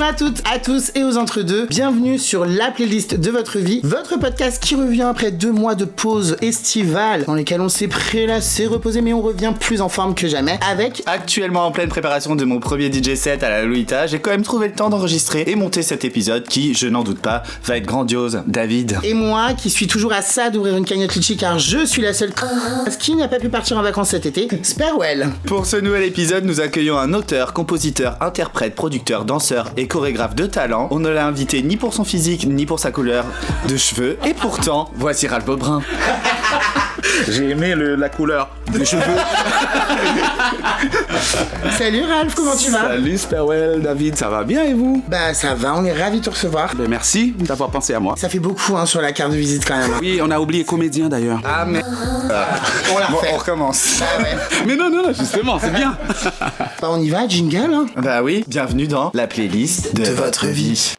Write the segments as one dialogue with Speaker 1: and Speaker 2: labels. Speaker 1: à toutes, à tous et aux entre-deux. Bienvenue sur la playlist de votre vie, votre podcast qui revient après deux mois de pause estivale dans lesquels on s'est prélassé, reposé, mais on revient plus en forme que jamais avec
Speaker 2: Actuellement en pleine préparation de mon premier DJ set à la Lolita, j'ai quand même trouvé le temps d'enregistrer et monter cet épisode qui, je n'en doute pas, va être grandiose. David.
Speaker 1: et moi qui suis toujours à ça d'ouvrir une cagnotte Litchi car je suis la seule connasse qui n'a pas pu partir en vacances cet été. Sparwell.
Speaker 2: Pour ce nouvel épisode, nous accueillons un auteur, compositeur, interprète, producteur, danseur et chorégraphe de talent. On ne l'a invité ni pour son physique, ni pour sa couleur de cheveux. Et pourtant, voici Ralph Beaubrun.
Speaker 3: J'ai aimé le- la couleur des cheveux.
Speaker 1: Salut Ralph, comment tu
Speaker 2: Ah.
Speaker 1: vas
Speaker 3: Salut Sperwell, David, ça va bien et vous
Speaker 1: Bah ça va, on est ravis de te recevoir.
Speaker 3: ben, Merci d'avoir pensé à moi.
Speaker 1: Ça fait beaucoup hein, sur la carte de visite quand même. hein.
Speaker 3: Oui, on a oublié comédien d'ailleurs.
Speaker 2: Ah mais...
Speaker 1: On la
Speaker 2: Bon,
Speaker 1: refait.
Speaker 2: on recommence.
Speaker 1: Ah ouais.
Speaker 3: Mais non, non, non, justement, c'est bien.
Speaker 1: Bah on y va, jingle hein.
Speaker 2: Bah oui, bienvenue dans la playlist de, votre vie.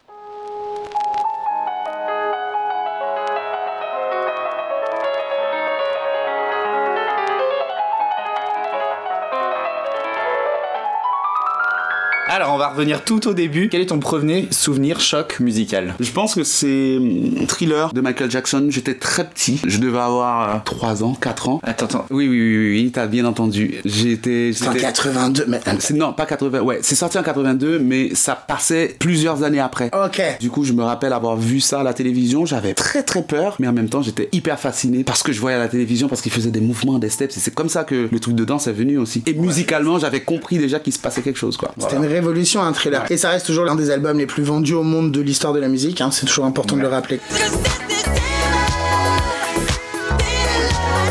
Speaker 2: Alors, on va revenir tout au début. Quel est ton premier souvenir choc musical
Speaker 3: Je pense que c'est hum, Thriller de Michael Jackson. J'étais très petit. Je devais avoir euh, 3 ans, 4 ans.
Speaker 2: Attends, attends.
Speaker 3: Oui, oui, oui, oui, oui, t'as bien entendu. J'étais...
Speaker 1: Enfin,
Speaker 3: j'étais-
Speaker 1: 82, mais...
Speaker 3: Ah, C'est- Non, pas 80. Ouais, c'est sorti en 82, mais ça passait plusieurs années après.
Speaker 1: Ok.
Speaker 3: Du coup, je me rappelle avoir vu ça à la télévision. J'avais très très peur, mais en même temps, j'étais hyper fasciné parce que je voyais à la télévision, parce qu'il faisait des mouvements, des steps. Et c'est comme ça que le truc de danse est venu aussi. Et musicalement, j'avais compris déjà qu'il se passait quelque chose, quoi.
Speaker 1: C'était
Speaker 3: Voilà.
Speaker 1: une révolution, un thriller. Et ça reste toujours l'un des albums les plus vendus au monde de l'histoire de la musique. hein, C'est toujours important de le rappeler.
Speaker 4: Cause this is daylight, daylight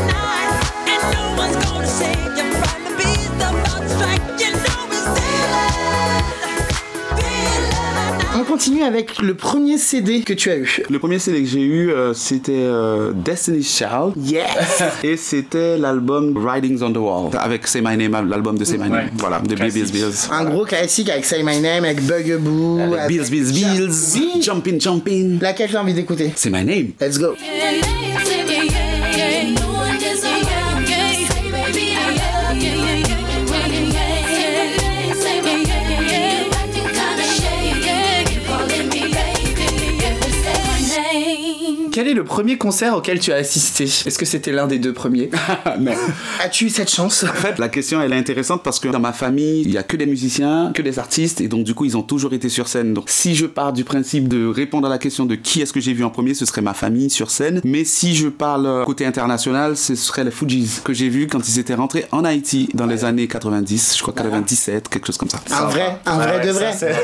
Speaker 4: night, and no one's gonna save you from the beast about to strike. You know it's daylight, daylight night.
Speaker 1: On continue avec le premier CD que tu as eu.
Speaker 3: Le premier CD que j'ai eu, euh, c'était euh, Destiny's Child.
Speaker 1: Yes
Speaker 3: Et c'était l'album Writings on the Wall. Avec Say My Name, l'album de Say My Name.
Speaker 2: Ouais.
Speaker 3: Voilà, de
Speaker 2: Classique.
Speaker 3: Bills Bills.
Speaker 1: Un gros classique avec Say My Name, avec Bugaboo, avec,
Speaker 3: Bills Bills Bills. Jumping, jumping.
Speaker 1: Laquelle j'ai envie d'écouter
Speaker 3: Say My Name.
Speaker 1: Let's go.
Speaker 2: Quel est le premier concert auquel tu as assisté Est-ce que c'était l'un des deux premiers
Speaker 3: non.
Speaker 1: As-tu eu cette chance
Speaker 3: En fait, la question elle est intéressante parce que dans ma famille, il y a que des musiciens, que des artistes, et donc du coup, ils ont toujours été sur scène. Donc, si je pars du principe de répondre à la question de qui est-ce que j'ai vu en premier, ce serait ma famille sur scène. Mais si je parle euh, côté international, ce serait les Fujis que j'ai vu quand ils étaient rentrés en Haïti dans les années 90, je crois 97, quelque chose comme ça.
Speaker 1: Un Ah, vrai, un vrai
Speaker 2: Ouais,
Speaker 1: de
Speaker 2: ça,
Speaker 1: vrai.
Speaker 2: c'est-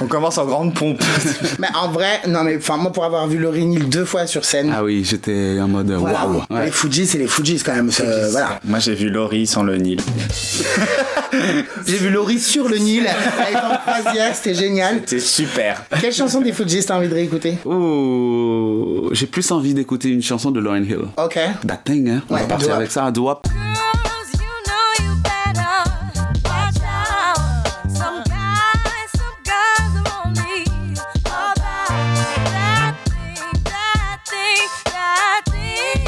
Speaker 2: On commence en grande pompe.
Speaker 1: Mais en vrai, non mais enfin moi pour avoir vu Laurie Neal deux fois sur scène,
Speaker 3: Ah oui, j'étais en mode euh,
Speaker 1: voilà,
Speaker 3: waouh. Ouais.
Speaker 1: les Fujis c'est les Fujis quand même. euh, voilà.
Speaker 2: Moi j'ai vu Laurie sans le Nil.
Speaker 1: J'ai vu Laurie sur le Nil, elle est en croisière, c'était génial.
Speaker 2: C'est super.
Speaker 1: Quelle chanson des Fujis t'as envie de réécouter
Speaker 3: Ouh, j'ai plus envie d'écouter une chanson de Lauryn Hill.
Speaker 1: Ok.
Speaker 3: That thing, hein. On
Speaker 1: Ouais,
Speaker 3: va partir
Speaker 1: Doo-Wop.
Speaker 3: avec ça à Doap.
Speaker 4: Girls, you know you better watch out. Some guys, some guys won't leave about that thing, that thing, that thing.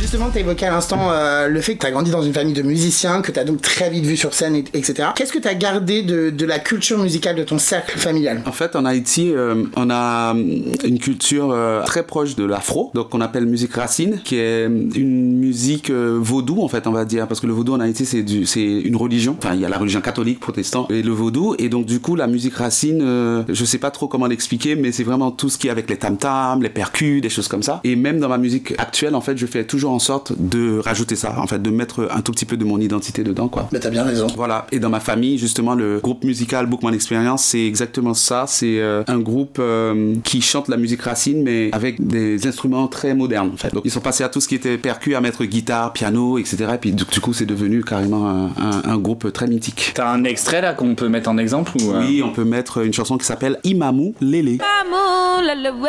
Speaker 1: Justement, t'as évoqué à l'instant euh, le fait que t'as grandi dans une famille de musiciens, que t'as donc très vite vu sur scène, et- etc. Qu'est-ce que t'as gardé de, de la culture musicale de ton cercle familial
Speaker 3: En fait, en Haïti, euh, on a hum, une culture euh, très proche de l'afro, donc qu'on appelle musique racine, qui est hum, une musique euh, vaudou, en fait, on va dire, parce que le vaudou en Haïti, c'est du- c'est une religion. Enfin, il y a la religion catholique, protestante, et le vaudou. Et donc, du coup, la musique racine, euh, je sais pas trop comment l'expliquer, mais c'est vraiment tout ce qui est avec les tam-tams, les percus, des choses comme ça. Et même dans ma musique actuelle, en fait, je fais toujours en sorte de rajouter ça, en fait, de mettre un tout petit peu de mon identité dedans, quoi.
Speaker 1: Bah t'as bien raison.
Speaker 3: Voilà, et dans ma famille, justement, le groupe musical Bookman Experience, c'est exactement ça. C'est euh, un groupe euh, qui chante la musique racine, mais avec des instruments très modernes, en fait. Donc, ils sont passés à tout ce qui était percu, à mettre guitare, piano, etc. Et puis, du, du coup, c'est devenu carrément un, un- un groupe très mythique.
Speaker 2: T'as un extrait là qu'on peut mettre en exemple ou euh,
Speaker 3: Oui, on peut mettre une chanson qui s'appelle Imamou Lélé.
Speaker 4: Mamu lelewe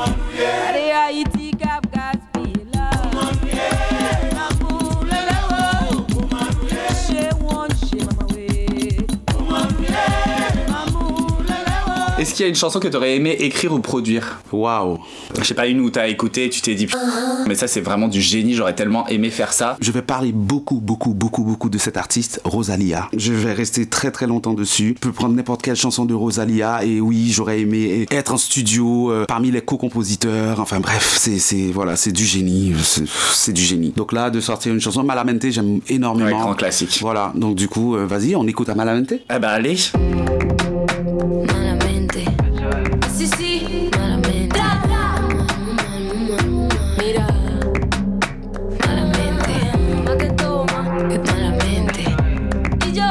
Speaker 4: Are Haiti kap gaspila Mamu lelewe She won she mama we Mamu lelewe
Speaker 2: Est-ce qu'il y a une chanson que t'aurais aimé écrire ou produire
Speaker 3: Waouh.
Speaker 2: Je sais pas, une où t'as écouté et tu t'es dit, Pff, mais ça c'est vraiment du génie, j'aurais tellement aimé faire ça.
Speaker 3: Je vais parler beaucoup, beaucoup, beaucoup, beaucoup de cette artiste, Rosalia. Je vais rester très, très longtemps dessus. Je peux prendre n'importe quelle chanson de Rosalia et oui, j'aurais aimé être en studio euh, parmi les co-compositeurs. Enfin bref, c'est, c'est, voilà, c'est du génie. C'est, c'est du génie. Donc là, de sortir une chanson, Malamente, j'aime énormément.
Speaker 2: Ouais, grand classique.
Speaker 3: Voilà. Donc du coup, euh, vas-y, on écoute à Malamente.
Speaker 2: Ah bah allez
Speaker 4: Malamente. Sí, sí. Malamente. Mira. Malamente. Malamente. Y yo.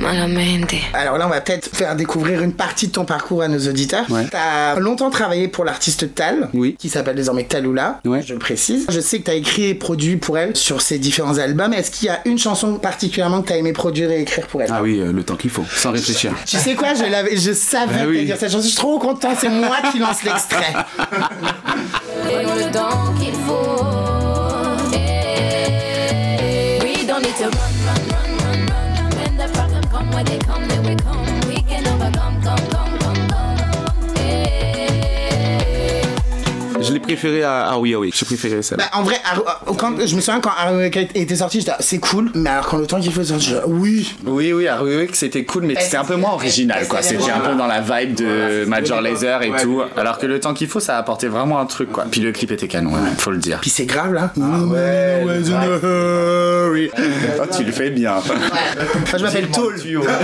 Speaker 4: Malamente.
Speaker 1: Alors là, on va peut-être faire découvrir une partie de ton parcours à nos auditeurs.
Speaker 3: Ouais.
Speaker 1: T'as longtemps travaillé pour l'artiste Tal,
Speaker 3: Oui.
Speaker 1: qui s'appelle désormais Talula,
Speaker 3: Ouais.
Speaker 1: je le précise. Je sais que t'as écrit et produit pour elle sur ses différents albums. Est-ce qu'il y a une chanson particulièrement que t'as aimé produire et écrire pour elle
Speaker 3: Ah oui, euh, le temps qu'il faut, sans réfléchir.
Speaker 1: Tu sais quoi, je, l'avais- je savais
Speaker 3: Ah
Speaker 1: que t'allais
Speaker 3: oui.
Speaker 1: dire cette chanson. Je suis trop content, c'est moi qui lance l'extrait.
Speaker 4: Prenons le temps qu'il faut. Eh, We don't need to run, run, run, run, run. Come when the problem come, when they come, they will come. We can overcome, come, come, come, come. Eh,
Speaker 3: Je l'ai préféré à, à Oui, ah oui, j'ai préféré celle-là.
Speaker 1: Bah, en vrai, Haru- euh, quand, je me souviens quand Haru était sorti, j'étais ah, c'est cool, mais alors quand le temps qu'il faut sortir, je- oui.
Speaker 2: Oui, oui, à Ruik, c'était cool, mais
Speaker 1: Parce
Speaker 2: c'était un peu
Speaker 1: que-
Speaker 2: moins original,
Speaker 1: parce
Speaker 2: quoi.
Speaker 1: que-
Speaker 2: C'était un peu dans la vibe de Major
Speaker 1: c'était-
Speaker 2: Laser et
Speaker 1: Ouais.
Speaker 2: tout. Alors que le temps qu'il faut, ça a apporté vraiment un truc, quoi. Puis le clip était canon, hein, faut le dire.
Speaker 1: Puis c'est grave là.
Speaker 2: Ouais, Oh, tu le fais bien.
Speaker 1: Enfin, je m'appelle Toll. Voilà,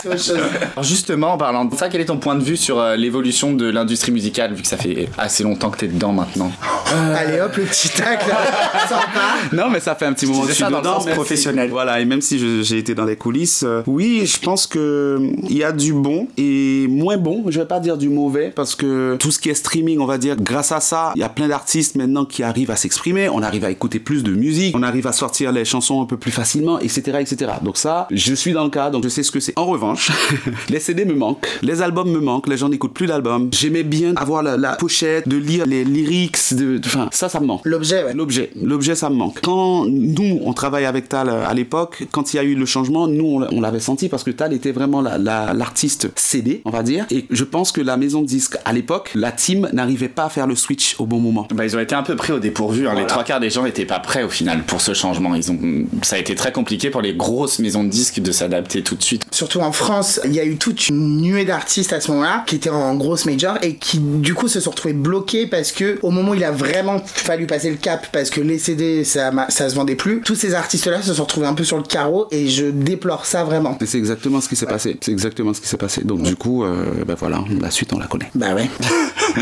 Speaker 1: c'est autre chose.
Speaker 2: Alors justement, en parlant de ça, quel est ton point de vue sur euh, l'évolution de l'industrie musicale, vu que ça fait assez longtemps que t'es dedans maintenant
Speaker 1: Allez hop, le petit tac là. Sympa.
Speaker 3: Non, mais ça fait un petit moment
Speaker 2: disais
Speaker 3: que je suis
Speaker 2: ça dans
Speaker 3: dedans,
Speaker 2: le sens
Speaker 3: même si-
Speaker 2: professionnel.
Speaker 3: voilà, et même si je- j'ai été dans les coulisses, euh, oui, je pense que hum, il y a du bon et moins bon. Je vais pas dire du mauvais parce que tout ce qui est streaming, on va dire, grâce à ça, il y a plein d'artistes maintenant qui arrivent à s'exprimer. On arrive à écouter plus de musique, on arrive à sortir les chansons un peu plus facilement, etc., etc. Donc ça, je suis dans le cas, donc je sais ce que c'est. En revanche, les CD me manquent, les albums me manquent, les gens n'écoutent plus d'albums. J'aimais bien avoir la, la pochette, de lire les lyrics, de, de- enfin, ça, ça me manque.
Speaker 1: L'objet, ouais.
Speaker 3: L'objet, l'objet, ça me manque. Quand nous, on travaille avec Tal euh, à l'époque, quand il y a eu le changement, nous, on l'a- on l'avait senti parce que Tal était vraiment la- la- l'artiste CD, on va dire. Et je pense que la maison de disque, à l'époque, la team n'arrivait pas à faire le switch au bon moment.
Speaker 2: Bah, ils ont été un peu pris au dépourvu. hein. Les trois quarts des gens n'étaient pas prêts au final pour ce changement. Ils ont... Ça a été très compliqué pour les grosses maisons de disques de s'adapter tout de suite.
Speaker 1: Surtout en France, il y a eu toute une nuée d'artistes à ce moment-là qui étaient en grosse major et qui du coup se sont retrouvés bloqués parce que au moment où il a vraiment fallu passer le cap parce que les CD ça, ma- ça se vendait plus, tous ces artistes-là se sont retrouvés un peu sur le carreau et je déplore ça vraiment.
Speaker 3: Et c'est exactement ce qui s'est passé. C'est exactement ce qui s'est passé. Donc, du coup, euh, ben voilà, la suite, on la connaît.
Speaker 1: Bah ouais.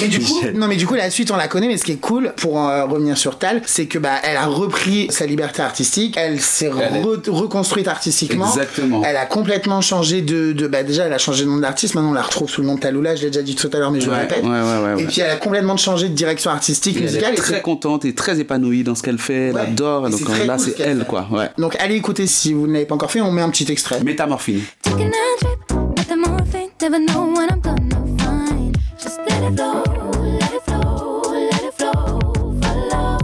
Speaker 1: mais du coup, non mais du coup la suite on la connaît mais ce qui est cool pour euh, revenir sur Tal, c'est que bah elle a repris sa liberté artistique, elle s'est re- reconstruite artistiquement.
Speaker 3: Exactement.
Speaker 1: Elle a complètement changé de, de- bah déjà elle a changé de nom d'artiste, maintenant on la retrouve sous le nom de Taloula, je l'ai déjà dit tout à l'heure mais je le
Speaker 3: Ouais,
Speaker 1: répète.
Speaker 3: ouais, ouais, ouais,
Speaker 1: Et
Speaker 3: ouais.
Speaker 1: puis elle a complètement changé de direction artistique
Speaker 3: Elle
Speaker 1: musicale
Speaker 3: est
Speaker 1: et
Speaker 3: très
Speaker 1: c'est-
Speaker 3: contente et très épanouie dans ce qu'elle fait. Elle
Speaker 1: Ouais.
Speaker 3: adore.
Speaker 1: Et
Speaker 3: Donc
Speaker 1: c'est très
Speaker 3: là,
Speaker 1: cool ce
Speaker 3: c'est
Speaker 1: qu'elle
Speaker 3: elle,
Speaker 1: fait.
Speaker 3: quoi. Ouais.
Speaker 1: Donc allez écouter si vous ne l'avez pas encore fait, on met un petit extrait.
Speaker 3: Métamorphine.
Speaker 4: Taking a trip, metamorphine. Never know when I'm gonna find. Just let it flow, let it flow, let it flow. Follow,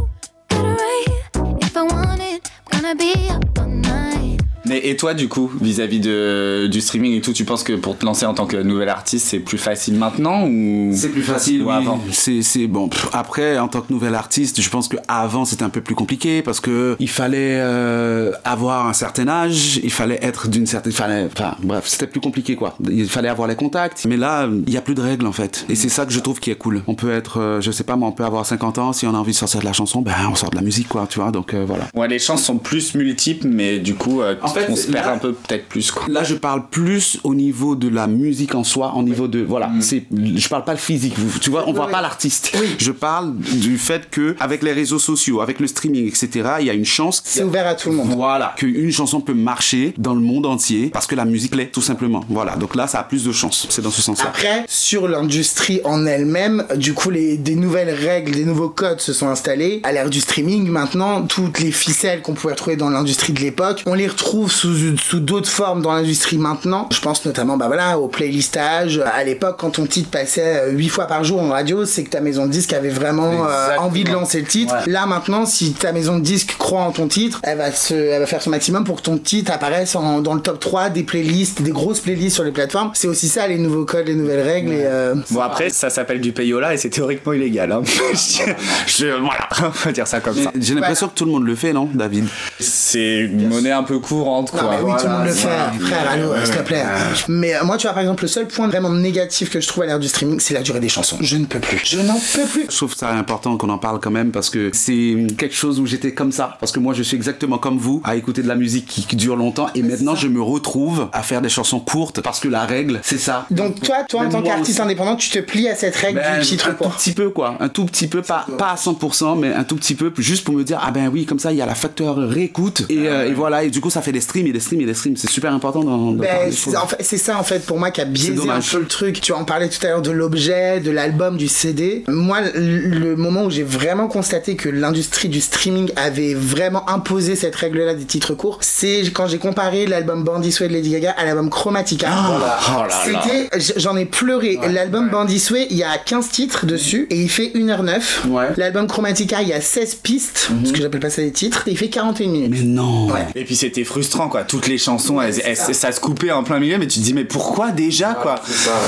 Speaker 4: got it right here. If I want it, I'm gonna be up all night.
Speaker 2: Mais et toi du coup, vis-à-vis de, du streaming et tout, tu penses que pour te lancer en tant que nouvel artiste, c'est plus facile maintenant ou
Speaker 3: C'est plus facile.
Speaker 2: ou
Speaker 3: oui.
Speaker 2: avant
Speaker 3: C'est c'est- bon. pff, après, en tant que nouvel artiste, je pense que avant c'était un peu plus compliqué parce que il fallait euh, avoir un certain âge, il fallait être d'une certaine, fallait- enfin bref, c'était plus compliqué quoi. Il fallait avoir les contacts. Mais là, il n'y a plus de règles en fait. Et c'est ça que je trouve qui est cool. On peut être, euh, je sais pas, moi, on peut avoir 50 ans si on a envie de sortir de la chanson, ben on sort de la musique quoi, tu vois. Donc euh, voilà.
Speaker 2: Ouais, les chances sont plus multiples, mais du coup, euh,
Speaker 3: En fait,
Speaker 2: on se perd
Speaker 3: là-
Speaker 2: un peu peut-être plus quoi.
Speaker 3: Là, je parle plus au niveau de la musique en soi, au niveau de voilà, c'est je parle pas le physique, vous- tu vois, on voit
Speaker 1: oui.
Speaker 3: pas l'artiste. Je parle du fait que avec les réseaux sociaux, avec le streaming, etc., il y a une chance.
Speaker 1: C'est ouvert à tout le monde.
Speaker 3: Voilà, qu'une chanson peut marcher dans le monde entier parce que la musique l'est, tout simplement. Voilà, donc là, ça a plus de chance. C'est dans ce sens-là.
Speaker 1: Après, sur l'industrie en elle-même, du coup, les, des nouvelles règles, des nouveaux codes se sont installés. À l'ère du streaming, maintenant, toutes les ficelles qu'on pouvait retrouver dans l'industrie de l'époque, on les retrouve sous, une- sous d'autres formes dans l'industrie maintenant. Je pense notamment bah voilà, au playlistage. À l'époque, quand ton titre passait 8 fois par jour en radio, c'est que ta maison de disque avait vraiment euh,
Speaker 2: Exactement.
Speaker 1: envie de lancer le titre.
Speaker 2: Ouais.
Speaker 1: Là maintenant, si ta maison de disque croit en ton titre, elle va, se, elle va faire son maximum pour que ton titre apparaisse en- dans le top 3 des playlists, des grosses playlists sur les plateformes. C'est aussi ça, les nouveaux codes, les nouvelles règles. Et, euh,
Speaker 2: Bon après ça s'appelle du payola et c'est théoriquement illégal. hein. je, je- voilà, on va dire ça
Speaker 1: Ah.
Speaker 2: comme ça.
Speaker 3: J'ai l'impression que tout le monde le fait, non, David
Speaker 2: C'est une monnaie un peu courante
Speaker 1: Non,
Speaker 2: quoi.
Speaker 1: mais oui, tout le monde
Speaker 2: Voilà,
Speaker 1: le fait,
Speaker 2: voilà.
Speaker 1: frère, allô, s'il te plaît. Mais euh, moi, tu vois, par exemple, le seul point vraiment négatif que je trouve à l'ère du streaming, c'est la durée des chansons. Je ne peux plus. Je n'en peux plus.
Speaker 3: Je trouve ça important qu'on en parle quand même parce que c'est quelque chose où j'étais comme ça. Parce que moi, je suis exactement comme vous à écouter de la musique qui qui dure longtemps et maintenant, je me retrouve à faire des chansons courtes parce que la règle, c'est ça.
Speaker 1: Donc, toi, toi en
Speaker 3: Même
Speaker 1: tant
Speaker 3: moi
Speaker 1: qu'artiste
Speaker 3: aussi.
Speaker 1: indépendant, tu te plies à cette règle
Speaker 3: Ben,
Speaker 1: du titre
Speaker 3: un tout
Speaker 1: court.
Speaker 3: petit peu quoi, un tout petit peu, pas, pas à 100%, mais un tout petit peu, juste pour me dire, ah ben oui, comme ça il y a la facteur réécoute,
Speaker 1: Ah
Speaker 3: et, euh, et voilà, et du coup ça fait des streams, et des streams, et des streams, c'est super important dans, dans
Speaker 1: Ben,
Speaker 3: parler, je
Speaker 1: c'est
Speaker 3: trouve.
Speaker 1: en fait- c'est ça en fait pour moi qui a biaisé un
Speaker 3: dommage.
Speaker 1: peu le truc. Tu en parlais tout à l'heure de l'objet, de l'album, du CD. Moi, le le moment où j'ai vraiment constaté que l'industrie du streaming avait vraiment imposé cette règle-là des titres courts, c'est quand j'ai comparé l'album Bandit Sway de Lady Gaga à l'album Chromatica.
Speaker 2: Oh là là.
Speaker 1: C'était, j- j'en ai pleuré. L'album Bandit Sway, il y a 15 titres dessus et il fait 1h09.
Speaker 3: Ouais.
Speaker 1: L'album Chromatica, il y a 16 pistes, parce que j'appelle pas ça des titres, et il fait 41 minutes.
Speaker 3: Mais non
Speaker 1: Ouais.
Speaker 2: Et puis c'était frustrant quoi, toutes les chansons, elles- elles- ça. se coupait en plein milieu, mais tu te dis mais pourquoi déjà quoi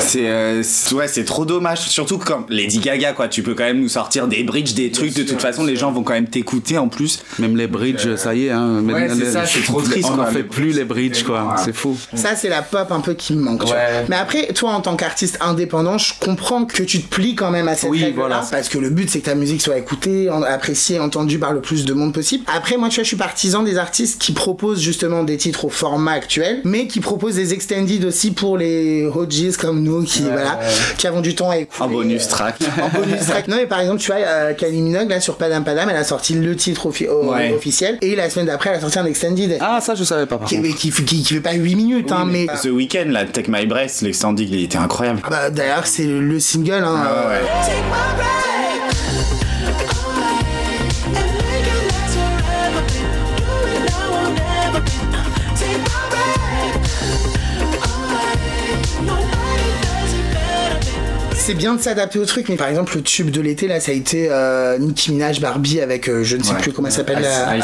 Speaker 2: C'est euh, c'est- ouais, c'est trop dommage, surtout comme Lady Gaga quoi, tu peux quand même nous sortir des bridges, des trucs, de toute façon les gens vont quand même t'écouter en plus.
Speaker 3: Même les bridges, ça y est, hein, maintenant,
Speaker 2: euh, c'est
Speaker 3: les-
Speaker 2: ça, c'est trop triste,
Speaker 3: on
Speaker 2: quoi,
Speaker 3: n'en fait
Speaker 2: les
Speaker 3: plus les bridges quoi, c'est fou.
Speaker 1: Ça, c'est la pop un peu qui me manque. tu vois. Mais après, toi, en tant qu'artiste indépendant, je comprends que tu te plies quand même à cette
Speaker 3: Oui,
Speaker 1: règle-là.
Speaker 3: voilà.
Speaker 1: Parce que le but, c'est que ta musique soit écoutée, en- appréciée, entendue par le plus de monde possible. Après, moi, tu vois, je suis partisan des artistes qui proposent justement des titres au format actuel, mais qui proposent des extended aussi pour les OGs comme nous, qui, voilà, qui avons du temps à écouter.
Speaker 2: En bonus track.
Speaker 1: En bonus track. Non, mais par exemple, tu vois, euh, Kylie Minogue, là, sur Padam Padam, elle a sorti le titre offi- au-
Speaker 2: Ouais.
Speaker 1: officiel, et la semaine d'après, elle a sorti un extended.
Speaker 3: Ah ça je savais pas par
Speaker 1: Qui,
Speaker 3: contre.
Speaker 1: qui, qui- qui fait pas 8 minutes, hein, mais.
Speaker 2: Ce week-end là, Take My Breath, les Sandig, il était incroyable.
Speaker 1: Ah Bah, d'ailleurs, c'est le, le single. Hein,
Speaker 2: Ah ouais.
Speaker 5: Take my breath away and make it last forever. Do it now or never. Take my breath away. Nobody does it better.
Speaker 1: C'est bien de s'adapter au truc, mais par exemple, le tube de l'été, là, ça a été euh, Nicki Minaj Barbie avec euh, je ne sais plus comment elle s'appelle. la-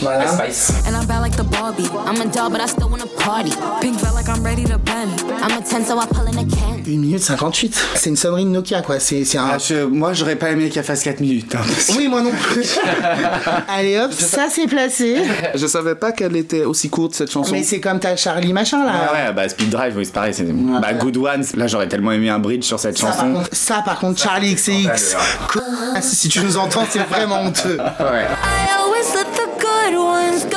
Speaker 1: Voilà.
Speaker 6: And I'm bad like the Barbie. I'm a doll, but I still wanna party. Pink belt like I'm ready to bend. I'm a 10, so I pull in a can.
Speaker 1: 1 minute 58. C'est une sonnerie de Nokia, quoi. C'est c'est un.
Speaker 2: Ah, je- moi j'aurais pas aimé qu'elle fasse 4 minutes. hein, parce que-
Speaker 1: Oui, moi non plus. Allez hop, ça c'est placé.
Speaker 3: Je savais pas qu'elle était aussi courte cette chanson.
Speaker 1: Mais c'est comme ta Charlie machin là.
Speaker 2: Ah ouais, bah Speed Drive, oui, c'est pareil. c'est- Bah Good Ones, là j'aurais tellement aimé un bridge sur cette
Speaker 1: Ça par,
Speaker 2: chanson.
Speaker 1: contre, ça, par contre, Charlie XCX. Ah, si si tu nous entends, c'est vraiment honteux.
Speaker 2: Ouais.
Speaker 4: I always let the good ones go.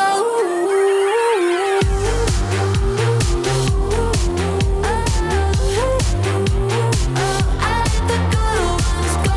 Speaker 4: I let the good ones go.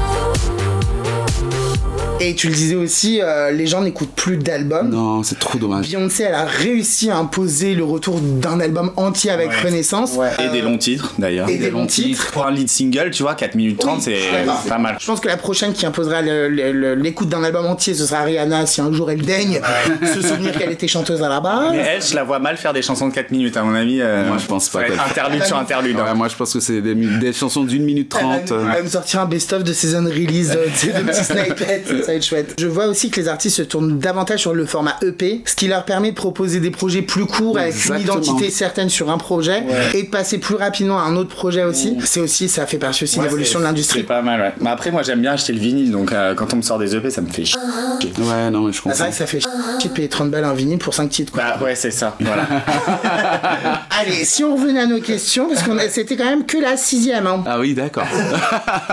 Speaker 1: Et tu le disais aussi, euh, les gens n'écoutent plus d'albums.
Speaker 3: Non c'est trop dommage.
Speaker 1: Beyoncé, elle a réussi à imposer le retour d'un album entier avec Renaissance.
Speaker 2: Et des longs titres d'ailleurs.
Speaker 1: euh, et des longs titres.
Speaker 2: Pour un lead single, tu vois, 4 minutes 30, c'est
Speaker 1: d'accord.
Speaker 2: pas mal.
Speaker 1: Je pense que la prochaine qui imposera le- le- le- l'écoute d'un album entier, ce sera Rihanna si un jour elle daigne se souvenir qu'elle était chanteuse à la base.
Speaker 2: Mais elle, je la vois mal faire des chansons de 4 minutes, à mon avis. euh,
Speaker 3: Moi, je pense pas
Speaker 2: ça va
Speaker 3: qu'elle-
Speaker 2: être Interlude sur interlude. hein.
Speaker 3: Ouais, moi je pense que c'est des, mi- des chansons d'une minute
Speaker 1: Elle va
Speaker 3: trente.
Speaker 1: nous-
Speaker 3: euh.
Speaker 1: elle va nous sortir un best-of de season release euh, tu sais, de petits snippets, ça va être chouette. Je vois aussi que les artistes se tournent davantage sur le format EP, ce qui leur permet de proposer des projets plus courts avec une
Speaker 3: Exactement.
Speaker 1: identité certaine sur un projet et de passer plus rapidement à un autre projet aussi. C'est aussi, ça fait partie aussi de
Speaker 2: Ouais,
Speaker 1: l'évolution
Speaker 2: c'est-
Speaker 1: de
Speaker 2: C'est
Speaker 1: l'industrie.
Speaker 2: pas mal, ouais. Mais après, moi, j'aime bien acheter le vinyle, donc euh, quand on me sort des EP, ça me fait chier.
Speaker 3: Ouais non mais je
Speaker 1: Ah, C'est
Speaker 3: comprends.
Speaker 1: vrai que ça fait chier de payer 30 balles un vinyle pour 5 titres. quoi. Bah,
Speaker 2: Bah ouais, c'est ça, voilà.
Speaker 1: Allez, si on revenait à nos questions, parce que c'était quand même que la sixième. hein.
Speaker 3: Ah oui d'accord.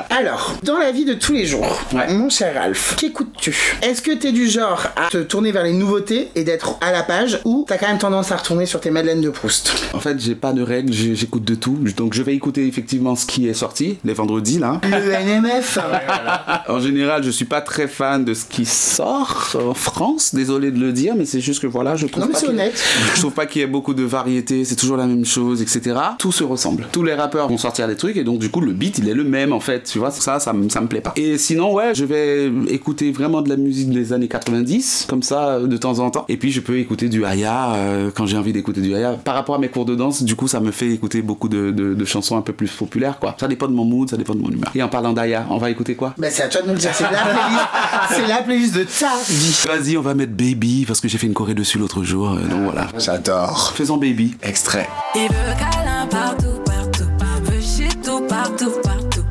Speaker 1: Alors, dans la vie de tous les jours,
Speaker 3: Ouais.
Speaker 1: mon cher Alf, qu'écoutes-tu Est-ce que t'es du genre à te tourner vers les nouveautés et d'être à la page, ou t'as quand même tendance à retourner sur tes madeleines de Proust
Speaker 3: En fait, j'ai pas de règles, j'ai- j'écoute de tout. Donc, je vais écouter effectivement ce qui est sorti les vendredis là.
Speaker 1: Le NMF
Speaker 3: Ah En général, je suis pas très fan de ce qui sort en France. Désolé de le dire, mais c'est juste que voilà, je trouve
Speaker 1: Non, mais
Speaker 3: pas
Speaker 1: c'est
Speaker 3: qu'il-
Speaker 1: honnête.
Speaker 3: Je trouve pas qu'il y ait beaucoup de variété. C'est toujours toujours la même chose, etc. Tout se ressemble. Tous les rappeurs vont sortir des trucs et donc du coup le beat il est le même en fait, tu vois, ça, ça, me- ça me plaît pas. Et sinon, ouais, je vais écouter vraiment de la musique des années 90, comme ça, euh, de temps en temps. Et puis je peux écouter du Aya euh, quand j'ai envie d'écouter du Aya. Par rapport à mes cours de danse, du coup, ça me fait écouter beaucoup de, de- de chansons un peu plus populaires, quoi. Ça dépend de mon mood, ça dépend de mon humeur. Et en parlant d'Aya, on va écouter quoi
Speaker 1: Bah, c'est à toi de nous le dire. C'est la playlist, c'est la playlist de ta vie.
Speaker 3: Vas-y, on va mettre Baby parce que j'ai fait une choré dessus l'autre jour, euh, donc voilà.
Speaker 2: J'adore.
Speaker 3: Faisons Baby.
Speaker 2: Extrait.
Speaker 5: Il veut câlin partout, partout. Veut chier tout, partout, partout.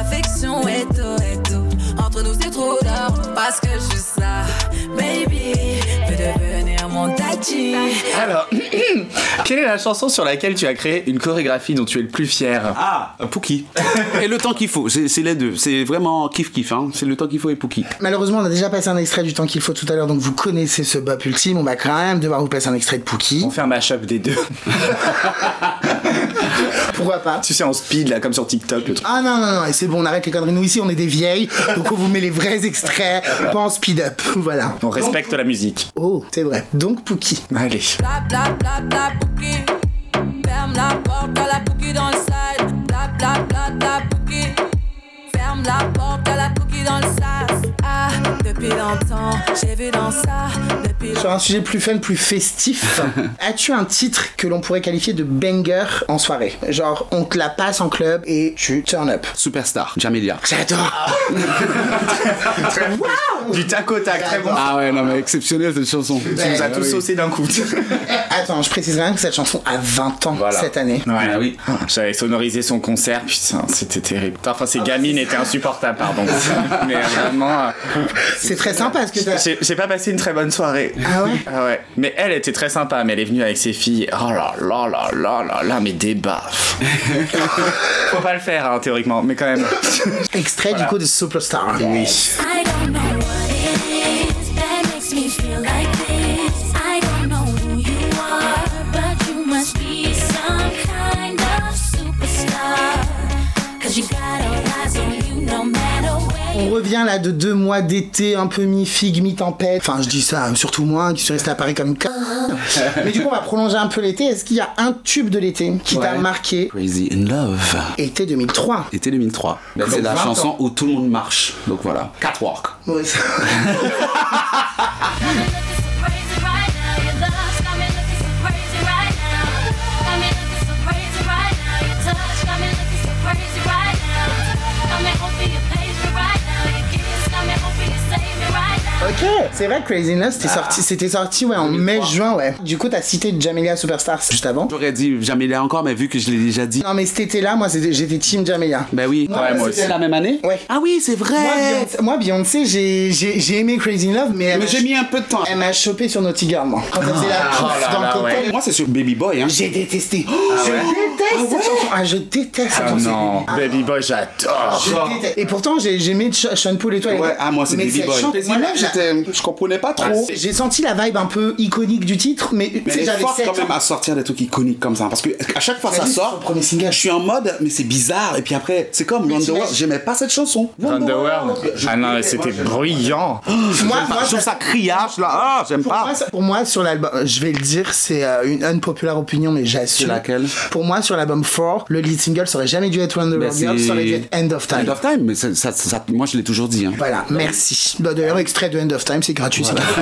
Speaker 5: Affection et tout, et tout. Entre nous, c'est trop d'or. Parce que je suis ça. Baby, veut devenir mon tati.
Speaker 2: Alors, quelle est la chanson sur laquelle tu as créé une chorégraphie dont tu es le plus fier
Speaker 3: Ah, Pookie. et le temps qu'il faut, c'est c'est les deux. C'est vraiment kiff-kiff, hein. C'est le temps qu'il faut et Pookie.
Speaker 1: Malheureusement, on a déjà passé un extrait du temps qu'il faut tout à l'heure, donc vous connaissez ce bop ultime. On va quand même devoir vous passer un extrait de Pookie.
Speaker 2: On fait un mashup des deux.
Speaker 1: Pourquoi pas
Speaker 2: tu sais, en speed, là, comme sur TikTok, le truc.
Speaker 1: Ah non, non, non, et c'est bon, on arrête les conneries. Nous ici, on est des vieilles, donc on vous met les vrais extraits, pas en speed up. Voilà.
Speaker 2: On respecte la musique.
Speaker 1: Oh, c'est vrai. Donc Pookie.
Speaker 2: Allez.
Speaker 5: Bla bla bla bla bouki. Ferme la porte à la bouki dans le sas. Bla bla bla bla bouki. Ferme la porte à la bouki dans le sas. Ah, depuis longtemps, j'ai vu dans ça. Depuis
Speaker 1: Sur un sujet plus fun, plus festif, as-tu un titre que l'on pourrait qualifier de banger en soirée Genre, on te la passe en club et tu turn up.
Speaker 3: Superstar, Jamelia.
Speaker 1: J'adore
Speaker 2: Du tac au tac, très bon.
Speaker 3: Ah ouais, non mais exceptionnelle cette chanson.
Speaker 2: Tu nous as tous
Speaker 3: oui.
Speaker 2: saucé d'un coup.
Speaker 1: Attends, je précise rien que cette chanson a 20 ans cette année.
Speaker 2: Ouais,
Speaker 3: Ah oui.
Speaker 2: J'avais sonorisé son concert, putain, c'était terrible. Enfin, ces gamines étaient insupportables, pardon. Mais euh, vraiment, euh,
Speaker 1: C'est très sympa ce que t'as.
Speaker 2: j'ai j'ai pas passé une très bonne soirée.
Speaker 1: Ah ouais
Speaker 2: Ah ouais. Mais elle était très sympa, mais elle est venue avec ses filles. Oh là là là là là là, mais des baffes. Faut pas le faire, hein, théoriquement, mais quand même.
Speaker 1: Extrait du coup de Superstar. Oui.
Speaker 4: I don't know what it is that makes me feel like this. I don't know who you are, but you must be some kind of superstar. Cause you got all eyes on you no matter where you
Speaker 1: On revient là de deux mois d'été, un peu mi-figue, mi-tempête. Enfin, je dis ça, hein, surtout moi qui suis resté à Paris comme une conne. Mais du coup, on va prolonger un peu l'été. Est-ce qu'il y a un tube de l'été qui t'a
Speaker 3: Ouais.
Speaker 1: marqué
Speaker 3: Crazy in Love.
Speaker 1: Été 2003.
Speaker 3: Été 2003. Là, c'est la
Speaker 1: 20 ans.
Speaker 3: chanson où tout le monde marche. Donc voilà. Catwalk.
Speaker 1: Ouais, ça-
Speaker 4: crazy right now. Your love's got me looking so crazy right now. Got me looking so crazy right now. Your touch got me looking so crazy right now. Got me hoping you pays me right now. Your kiss got me hoping you save me right now.
Speaker 1: Ok, c'est vrai que Crazy in Love, c'était sorti, c'était sorti ouais, en mai-juin, ouais. Du coup, t'as cité Jamelia Superstar juste avant.
Speaker 3: J'aurais dit Jamelia encore, mais vu que je l'ai déjà dit.
Speaker 1: Non, mais cet été-là, moi, c'était- j'étais Team Jamelia.
Speaker 3: Ben oui.
Speaker 1: Ouais, Ouais, moi c'était aussi.
Speaker 3: la même année
Speaker 1: Ouais.
Speaker 3: Ah oui, c'est vrai.
Speaker 1: Moi, Beyoncé- Moi, Beyoncé, j'ai j'ai- j'ai aimé Crazy in Love, mais elle
Speaker 3: mais
Speaker 1: m'a
Speaker 3: j'ai mis un peu de temps.
Speaker 1: elle m'a chopé sur Naughty Girl, moi. Quand elle faisait la
Speaker 2: Oh
Speaker 1: pouffe
Speaker 2: là
Speaker 1: dans le
Speaker 2: là,
Speaker 1: cocktail,
Speaker 3: Moi, c'est sur Baby Boy. Hein.
Speaker 1: J'ai détesté. je déteste cette chanson. Ah, je déteste cette
Speaker 2: Ah
Speaker 1: chanson.
Speaker 2: non,
Speaker 1: Ah,
Speaker 2: Baby Boy, j'adore.
Speaker 1: je déteste. Et pourtant, j'ai j'ai aimé Ch- Sean Paul et toi.
Speaker 3: Ouais, ah moi, c'est
Speaker 1: Mais
Speaker 3: Baby
Speaker 1: cette
Speaker 3: Boy. Ah,
Speaker 1: chanson- moi-même, j'ai-
Speaker 3: j'étais- je comprenais pas trop.
Speaker 2: c'est-
Speaker 1: j'ai senti la vibe un peu iconique du titre, mais, tu
Speaker 3: Mais
Speaker 1: sais,
Speaker 3: elle est
Speaker 1: j'avais
Speaker 3: forte
Speaker 1: 7
Speaker 3: quand même hein.
Speaker 1: ans.
Speaker 3: à sortir des trucs iconiques comme ça. Parce que à chaque fois que ça
Speaker 1: Imagine, c'est
Speaker 3: sort,
Speaker 1: son premier single.
Speaker 3: je suis en mode, mais c'est bizarre. Et puis après, c'est comme Wonderworld.
Speaker 1: t'imagines-
Speaker 3: J'aimais pas cette chanson.
Speaker 2: Underworld.
Speaker 3: Je-
Speaker 2: Ah non, mais c'était brillant.
Speaker 1: Moi,
Speaker 3: J'aime pas.
Speaker 1: moi,
Speaker 3: je trouve ça criage là. Ah, j'aime
Speaker 1: Pour
Speaker 3: pas.
Speaker 1: moi, ça- pour moi, sur l'album, euh, je vais le dire, c'est euh, une unpopular opinion, mais j'assume.
Speaker 3: C'est laquelle
Speaker 1: Pour moi, sur l'album 4, le lead single, ça aurait jamais dû être Wonderworld
Speaker 3: Bah, c'est-
Speaker 1: Girl, ça aurait dû être End of Time.
Speaker 3: End of Time, mais ça, ça- ça- moi je l'ai toujours dit. hein.
Speaker 1: Voilà, merci. Bah, D'ailleurs, extrait de End of Time, c'est gratuit. c'est gratuit.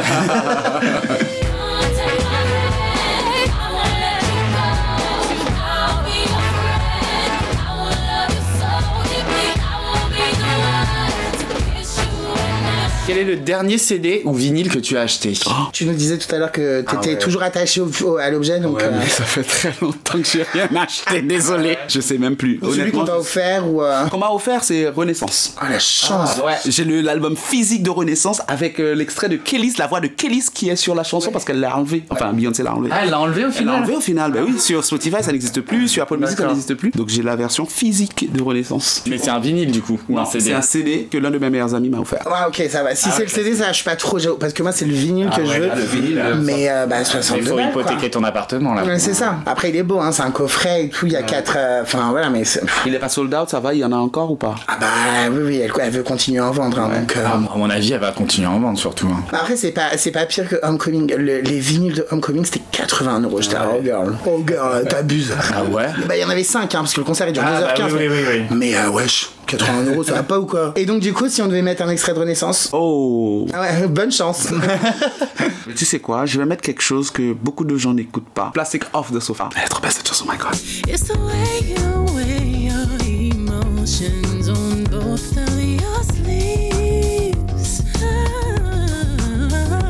Speaker 2: Quel est le dernier CD ou vinyle que tu as acheté
Speaker 1: Tu nous disais tout à l'heure que t'étais toujours attaché au- au- à l'objet, donc.
Speaker 3: Ah Ouais,
Speaker 1: euh,
Speaker 3: mais ça fait très longtemps que j'ai rien acheté. Désolé. Je sais même plus.
Speaker 1: Celui qu'on
Speaker 3: Honnêtement,
Speaker 1: t'a offert ou. euh,
Speaker 3: qu'on m'a offert, c'est Renaissance.
Speaker 1: Oh la chance!
Speaker 3: Ouais, j'ai le- l'album physique de Renaissance avec euh, l'extrait de Kélis, la voix de Kélis qui est sur la chanson parce qu'elle l'a enlevé. Enfin, Beyoncé l'a enlevé.
Speaker 2: elle l'a enlevé au
Speaker 3: Ah, Elle l'a enlevé au final, bah oui, sur Spotify ça n'existe plus, sur Apple Music ça
Speaker 2: D'accord.
Speaker 3: n'existe plus. Donc j'ai la version physique de Renaissance.
Speaker 2: Mais c'est un vinyle du coup, ou un CD.
Speaker 3: C'est un CD que l'un de mes meilleurs amis m'a offert.
Speaker 1: Ouais, Ah, ok, ça va.
Speaker 2: Ah,
Speaker 1: si c'est le CD, ça lâche pas trop, j'avoue, parce que moi, c'est le vinyle que je veux.
Speaker 2: le vinyle, euh,
Speaker 1: mais euh, bah,
Speaker 2: Il
Speaker 1: 62
Speaker 2: faut
Speaker 1: balles, quoi.
Speaker 2: hypothéquer ton appartement là.
Speaker 1: Ouais, c'est ça. Après, il est beau, hein, c'est un coffret et tout. Il y a quatre. euh, Enfin, voilà, mais. c'est-
Speaker 3: Il est pas sold out, ça va, il y en a encore ou pas
Speaker 1: Ah bah oui, oui, elle, elle veut continuer à en vendre. hein, donc, euh, Bah,
Speaker 2: Ah, à mon avis, elle va continuer à en vendre surtout. hein.
Speaker 1: Après, c'est pas, c'est pas pire que Homecoming. Le- les vinyles de Homecoming, c'était 80 euros. J'étais, oh girl, oh girl, t'abuses.
Speaker 2: Ah ouais
Speaker 1: Bah, il y en avait 5, hein, parce que le concert il dure
Speaker 2: Ah,
Speaker 1: 2h15.
Speaker 2: bah oui, oui, oui, oui.
Speaker 1: Mais euh, wesh, 80 euros, ça va pas ou quoi Et donc, du coup, si on devait mettre un extrait de Renaissance.
Speaker 3: Oh
Speaker 1: Ah ouais, bonne chance.
Speaker 3: Mais Tu sais quoi, je vais mettre quelque chose que beaucoup de gens n'écoutent pas. Plastic off the sofa. Elle est trop belle cette chanson, my god.
Speaker 5: It's the way you weigh your emotions on both of your sleeves. Ah.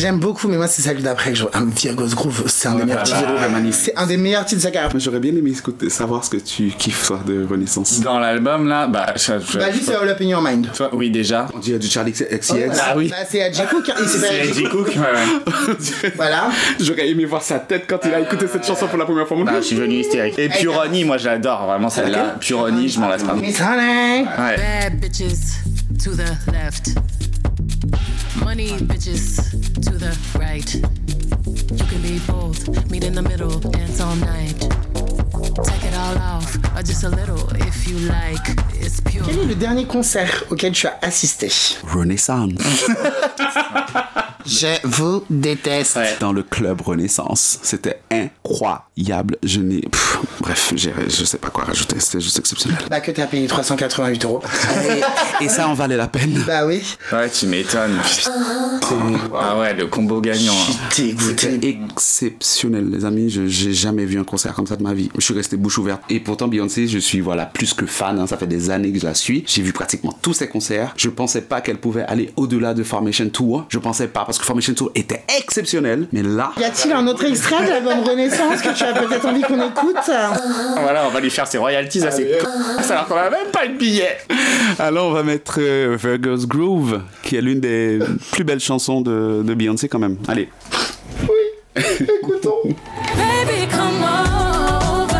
Speaker 1: J'aime beaucoup, mais moi, c'est celle d'après que je vois. Ah, Virgo's Groove, c'est un des meilleurs titres. C'est un des meilleurs titres de sa carrière.
Speaker 3: Mais j'aurais bien aimé écouter, savoir ce que tu kiffes, toi, de Renaissance.
Speaker 2: Dans l'album là, bah. je- je-
Speaker 1: Bah, juste euh, All Up in Your Mind.
Speaker 2: Toi, oui, déjà.
Speaker 3: On dirait du Charlie XCX.
Speaker 1: Voilà.
Speaker 2: oui.
Speaker 1: Bah, c'est Adji Cook, hein, il s'est fait-
Speaker 2: Eddie Cook ouais, ouais.
Speaker 1: Voilà.
Speaker 3: J'aurais aimé voir sa tête quand il a écouté cette chanson pour la première fois.
Speaker 2: Non, je suis venu hystérique. Et Puroni, moi j'adore vraiment celle-là. Puroni, je m'en lasse pas.
Speaker 1: Miss Honey.
Speaker 2: Ouais.
Speaker 5: Bad bitches to the left. Money bitches to the right. You can be both, meet in the middle, dance all night. Take it all off, or just a little if you like. It's pure.
Speaker 1: Quel est le dernier concert auquel tu as assisté
Speaker 3: Renaissance.
Speaker 1: Je vous déteste.
Speaker 2: Ouais.
Speaker 3: Dans le club Renaissance. C'était incroyable. Je n'ai. pff, Bref, j'ai- je sais pas quoi rajouter. C'était juste exceptionnel.
Speaker 1: Bah que t'as payé 388 euros.
Speaker 3: Et ça en valait la peine.
Speaker 1: bah oui.
Speaker 2: Ouais, tu m'étonnes. Ah ouais, le combo gagnant. hein.
Speaker 1: dégoûté.
Speaker 3: C'était exceptionnel, les amis. Je j'ai jamais vu un concert comme ça de ma vie. Je suis resté bouche ouverte. Et pourtant, Beyoncé, je suis voilà plus que fan. hein. Ça fait des années que je la suis. J'ai vu pratiquement tous ses concerts. Je pensais pas qu'elle pouvait aller au-delà de Formation Tour. Je pensais pas parce que Formation Tour était exceptionnel. Mais là,
Speaker 1: Y a-t-il un autre extrait de l'album Renaissance que tu as peut-être envie qu'on écoute
Speaker 2: Ah, Voilà, on va lui faire ses royalties à ses. Ça alors qu'on a même pas le billet.
Speaker 3: alors on va mettre euh, Virgo's Groove, qui est l'une des plus belles chansons de, de Beyoncé quand même. Allez.
Speaker 7: Baby, come over.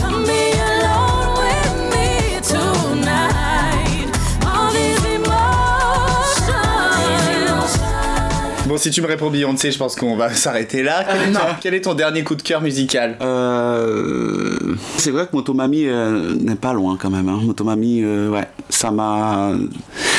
Speaker 7: Come be alone with me tonight. All these emotions.
Speaker 2: Bon, si tu me réponds Beyoncé, je pense qu'on va s'arrêter là. Quel est, ton, quel est ton dernier coup de cœur musical
Speaker 3: Euh, c'est vrai que Motomami euh, n'est pas loin quand même. Hein. Motomami, euh, ouais, ça m'a.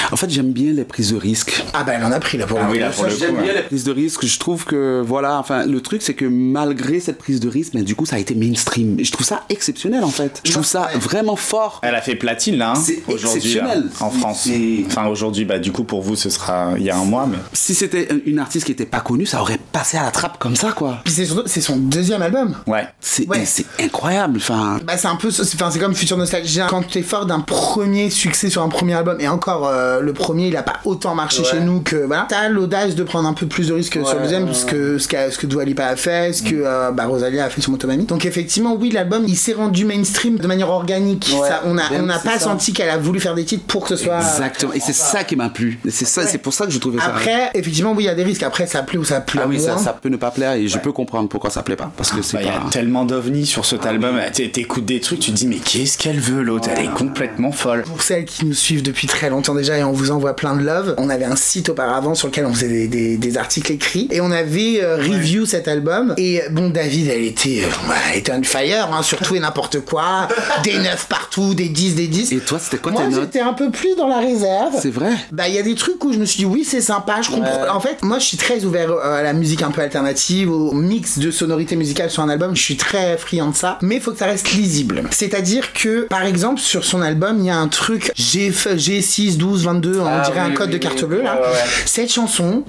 Speaker 3: En fait, j'aime bien les prises de risque.
Speaker 1: Ah bah elle en a pris là pour le
Speaker 2: oui,
Speaker 1: coup.
Speaker 2: là, pour le
Speaker 3: J'aime
Speaker 2: coup,
Speaker 3: bien
Speaker 2: hein.
Speaker 3: les prises de risque. Je trouve que voilà, enfin, le truc c'est que malgré cette prise de risque, mais du coup, ça a été mainstream. Et Je trouve ça exceptionnel en fait. Je trouve ça vraiment fort.
Speaker 2: Elle a fait platine là, hein,
Speaker 3: C'est
Speaker 2: aujourd'hui là,
Speaker 3: exceptionnel.
Speaker 2: en France.
Speaker 3: C'est-
Speaker 2: Enfin aujourd'hui, bah du coup pour vous ce sera il y a un mois, mais
Speaker 3: Si c'était une artiste qui était pas connue, ça aurait passé à la trappe comme ça quoi.
Speaker 1: Puis c'est surtout- c'est son deuxième album.
Speaker 2: ouais.
Speaker 3: C'est
Speaker 1: Ouais.
Speaker 3: c'est incroyable. Enfin,
Speaker 1: Bah c'est un peu, c'est enfin, c'est comme Future Nostalgie. Quand t'es fort d'un premier succès sur un premier album, et encore euh, le premier, il a pas autant marché chez nous que voilà. T'as l'audace de prendre un peu plus de risques sur le deuxième, puisque ce, qu'a- ce que Dua Lipa a fait, ce que euh, bah, Rosalia a fait sur Motomami. Donc effectivement, oui, l'album, il s'est rendu mainstream de manière organique. Ça, on a,
Speaker 3: Ben,
Speaker 1: on n'a
Speaker 3: c'est
Speaker 1: pas
Speaker 3: ça.
Speaker 1: senti qu'elle a voulu faire des titres pour que ce soit.
Speaker 3: exactement. Et c'est ça qui m'a plu. Et C'est ça, c'est pour ça que je trouvais ça.
Speaker 1: Après, effectivement, oui, il y a des risques. Après, ça plaît ou ça plaît
Speaker 3: Ah oui, ça,
Speaker 1: moins.
Speaker 3: ça peut ne pas plaire et je peux comprendre pourquoi ça plaît pas. Parce que c'est
Speaker 2: Bah, il y a
Speaker 3: pas.
Speaker 2: tellement d'ovnis sur cet album. T'é- T'écoutes des trucs, tu te dis mais qu'est-ce qu'elle veut l'autre Elle est complètement folle.
Speaker 1: Pour celles qui nous suivent depuis très longtemps déjà et on vous envoie plein de love, on avait un site auparavant sur lequel on faisait des, des- des articles écrits et on avait euh, review cet album. Et euh, bon, David, elle était, euh, elle était on fire, hein, sur tout et n'importe quoi, des 9 partout, des 10, des 10.
Speaker 3: Et toi, c'était quoi
Speaker 1: Moi,
Speaker 3: tes notes
Speaker 1: j'étais un peu plus dans la réserve.
Speaker 3: C'est vrai
Speaker 1: Bah, il y a des trucs où je me suis dit, oui, c'est sympa, je comprends. En fait, moi, je suis très ouvert euh, à la musique un peu alternative, au mix de sonorités musicales sur un album. Je suis très friand de ça, mais il faut que ça reste lisible. C'est-à-dire que, par exemple, sur son album, il y a un truc G, G6, 12, 22, on dirait un code de carte bleue, là. Cette chanson,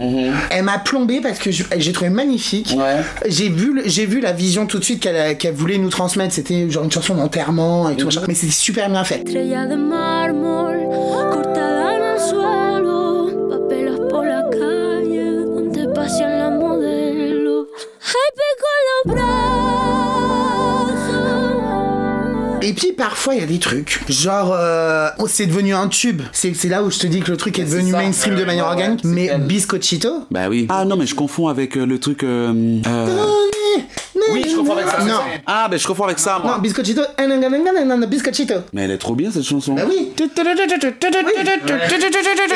Speaker 1: elle m'a plombé parce que je- j'ai trouvé magnifique. J'ai vu, le- j'ai vu la vision tout de suite qu'elle a- qu'elle voulait nous transmettre. C'était genre une chanson d'enterrement et tout, machin. mais c'était super bien fait.
Speaker 7: Estrella de mármol, cortada en el suelo, papelas por la calle donde pasean las modelos. Happy con los brazos.
Speaker 1: Et puis parfois il y a des trucs, genre euh, oh, c'est devenu un tube. C'est c'est là où je te dis que le truc est devenu mainstream de manière organique. mais Biscochito,
Speaker 3: Bah oui. Ah non, mais je confonds avec euh, le truc. euh, euh,
Speaker 1: Tony, na,
Speaker 8: Oui, je comprends avec ça.
Speaker 1: Non.
Speaker 3: Ah, mais je confonds avec ça, moi.
Speaker 1: Non, Biscochito. eh, nan, nan, nan, nan, nan, Biscochito.
Speaker 3: Mais elle est trop bien cette chanson.
Speaker 1: Bah oui. Et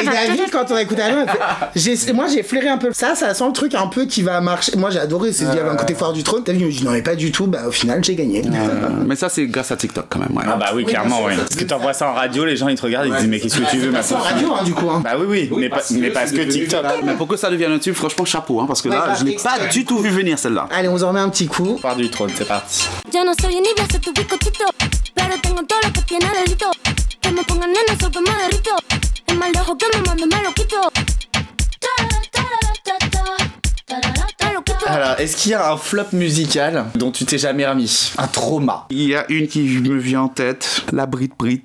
Speaker 1: David, quand on a écouté l'album, elle fait- j'ai- moi j'ai flairé un peu. Ça, ça sent le truc un peu qui va marcher. Moi j'ai adoré, c'est il y avait un côté fort du trône. T'as vu, je me dis non, mais pas du tout. Bah au final, j'ai gagné.
Speaker 3: Euh, mais ça, c'est grâce à TikTok quand même. ouais.
Speaker 2: Ah bah oui, clairement, oui.
Speaker 1: bien sûr.
Speaker 2: Parce que t'envoies ça en radio, les gens ils te regardent, ils te disent mais qu'est-ce que tu veux
Speaker 1: Bah, C'est en
Speaker 2: maintenant
Speaker 1: radio, hein, du coup. Hein.
Speaker 2: Bah oui, oui, mais, pas- mais parce que TikTok.
Speaker 3: Mais pour que ça devienne un tube, franchement, chapeau, hein, parce que
Speaker 1: Ouais,
Speaker 3: là,
Speaker 1: bah,
Speaker 3: je l'ai pas
Speaker 1: extra-
Speaker 3: du tout vu venir celle-là.
Speaker 1: Allez, on vous en remet un petit coup.
Speaker 2: Part du trône, c'est parti.
Speaker 7: Yo no soy un universo, tu bizcochito. Pero tengo todo lo que tiene delito. Que me pongan en eso que me derrito. El mal de ojo que me mando me lo quito.
Speaker 2: Alors, est-ce qu'il y a un flop musical dont tu t'es jamais remis Un trauma
Speaker 3: Il y a une qui me vient en tête, la Brit Brit,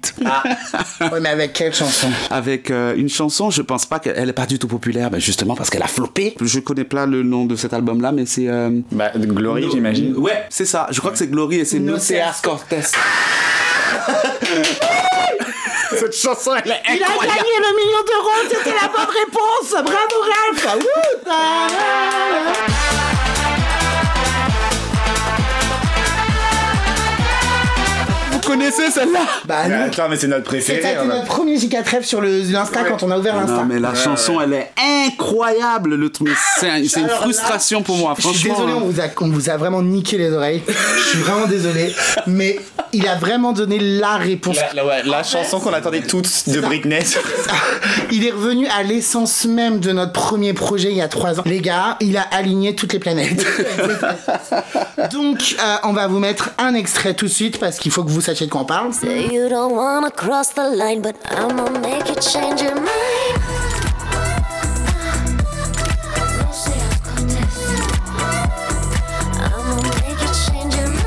Speaker 1: Ouais, mais avec quelle chanson
Speaker 3: avec euh, une chanson, je pense pas qu'elle est pas du tout populaire, mais justement parce qu'elle a floppé. Je connais pas le nom de cet album-là, mais c'est... euh,
Speaker 2: Bah, Glory, j'imagine.
Speaker 3: Ouais, c'est ça. Je crois que c'est Glory et c'est Nocea Cortez. Cette chanson, elle est
Speaker 1: Il a gagné le million d'euros, c'était la bonne réponse. Bravo Ralph. Wouh, ta-
Speaker 3: Vous connaissez celle-là
Speaker 1: Bah non.
Speaker 2: Attends, mais Ah c'est notre préféré.
Speaker 1: C'était
Speaker 2: hein.
Speaker 1: notre premier gigatrêve sur le- l'Insta quand on a ouvert l'Insta.
Speaker 3: Non, mais la chanson, elle est incroyable. Le truc, c'est un- c'est une
Speaker 1: Alors là,
Speaker 3: frustration pour moi,
Speaker 1: Je suis
Speaker 3: franchement. hein.
Speaker 1: désolé, on vous, a, on vous a vraiment niqué les oreilles. Je suis vraiment désolé. Mais il a vraiment donné la réponse.
Speaker 2: La, la- ouais, la chanson qu'on attendait toutes de Britney.
Speaker 1: Il est revenu à l'essence même de notre premier projet il y a trois ans. Les gars, il a aligné toutes les planètes. Donc, euh, on va vous mettre un extrait tout de suite parce qu'il faut que vous sachiez de quoi on parle.
Speaker 7: Say you don't wanna cross the line, but I'ma make you change your mind. I'ma make you change your mind.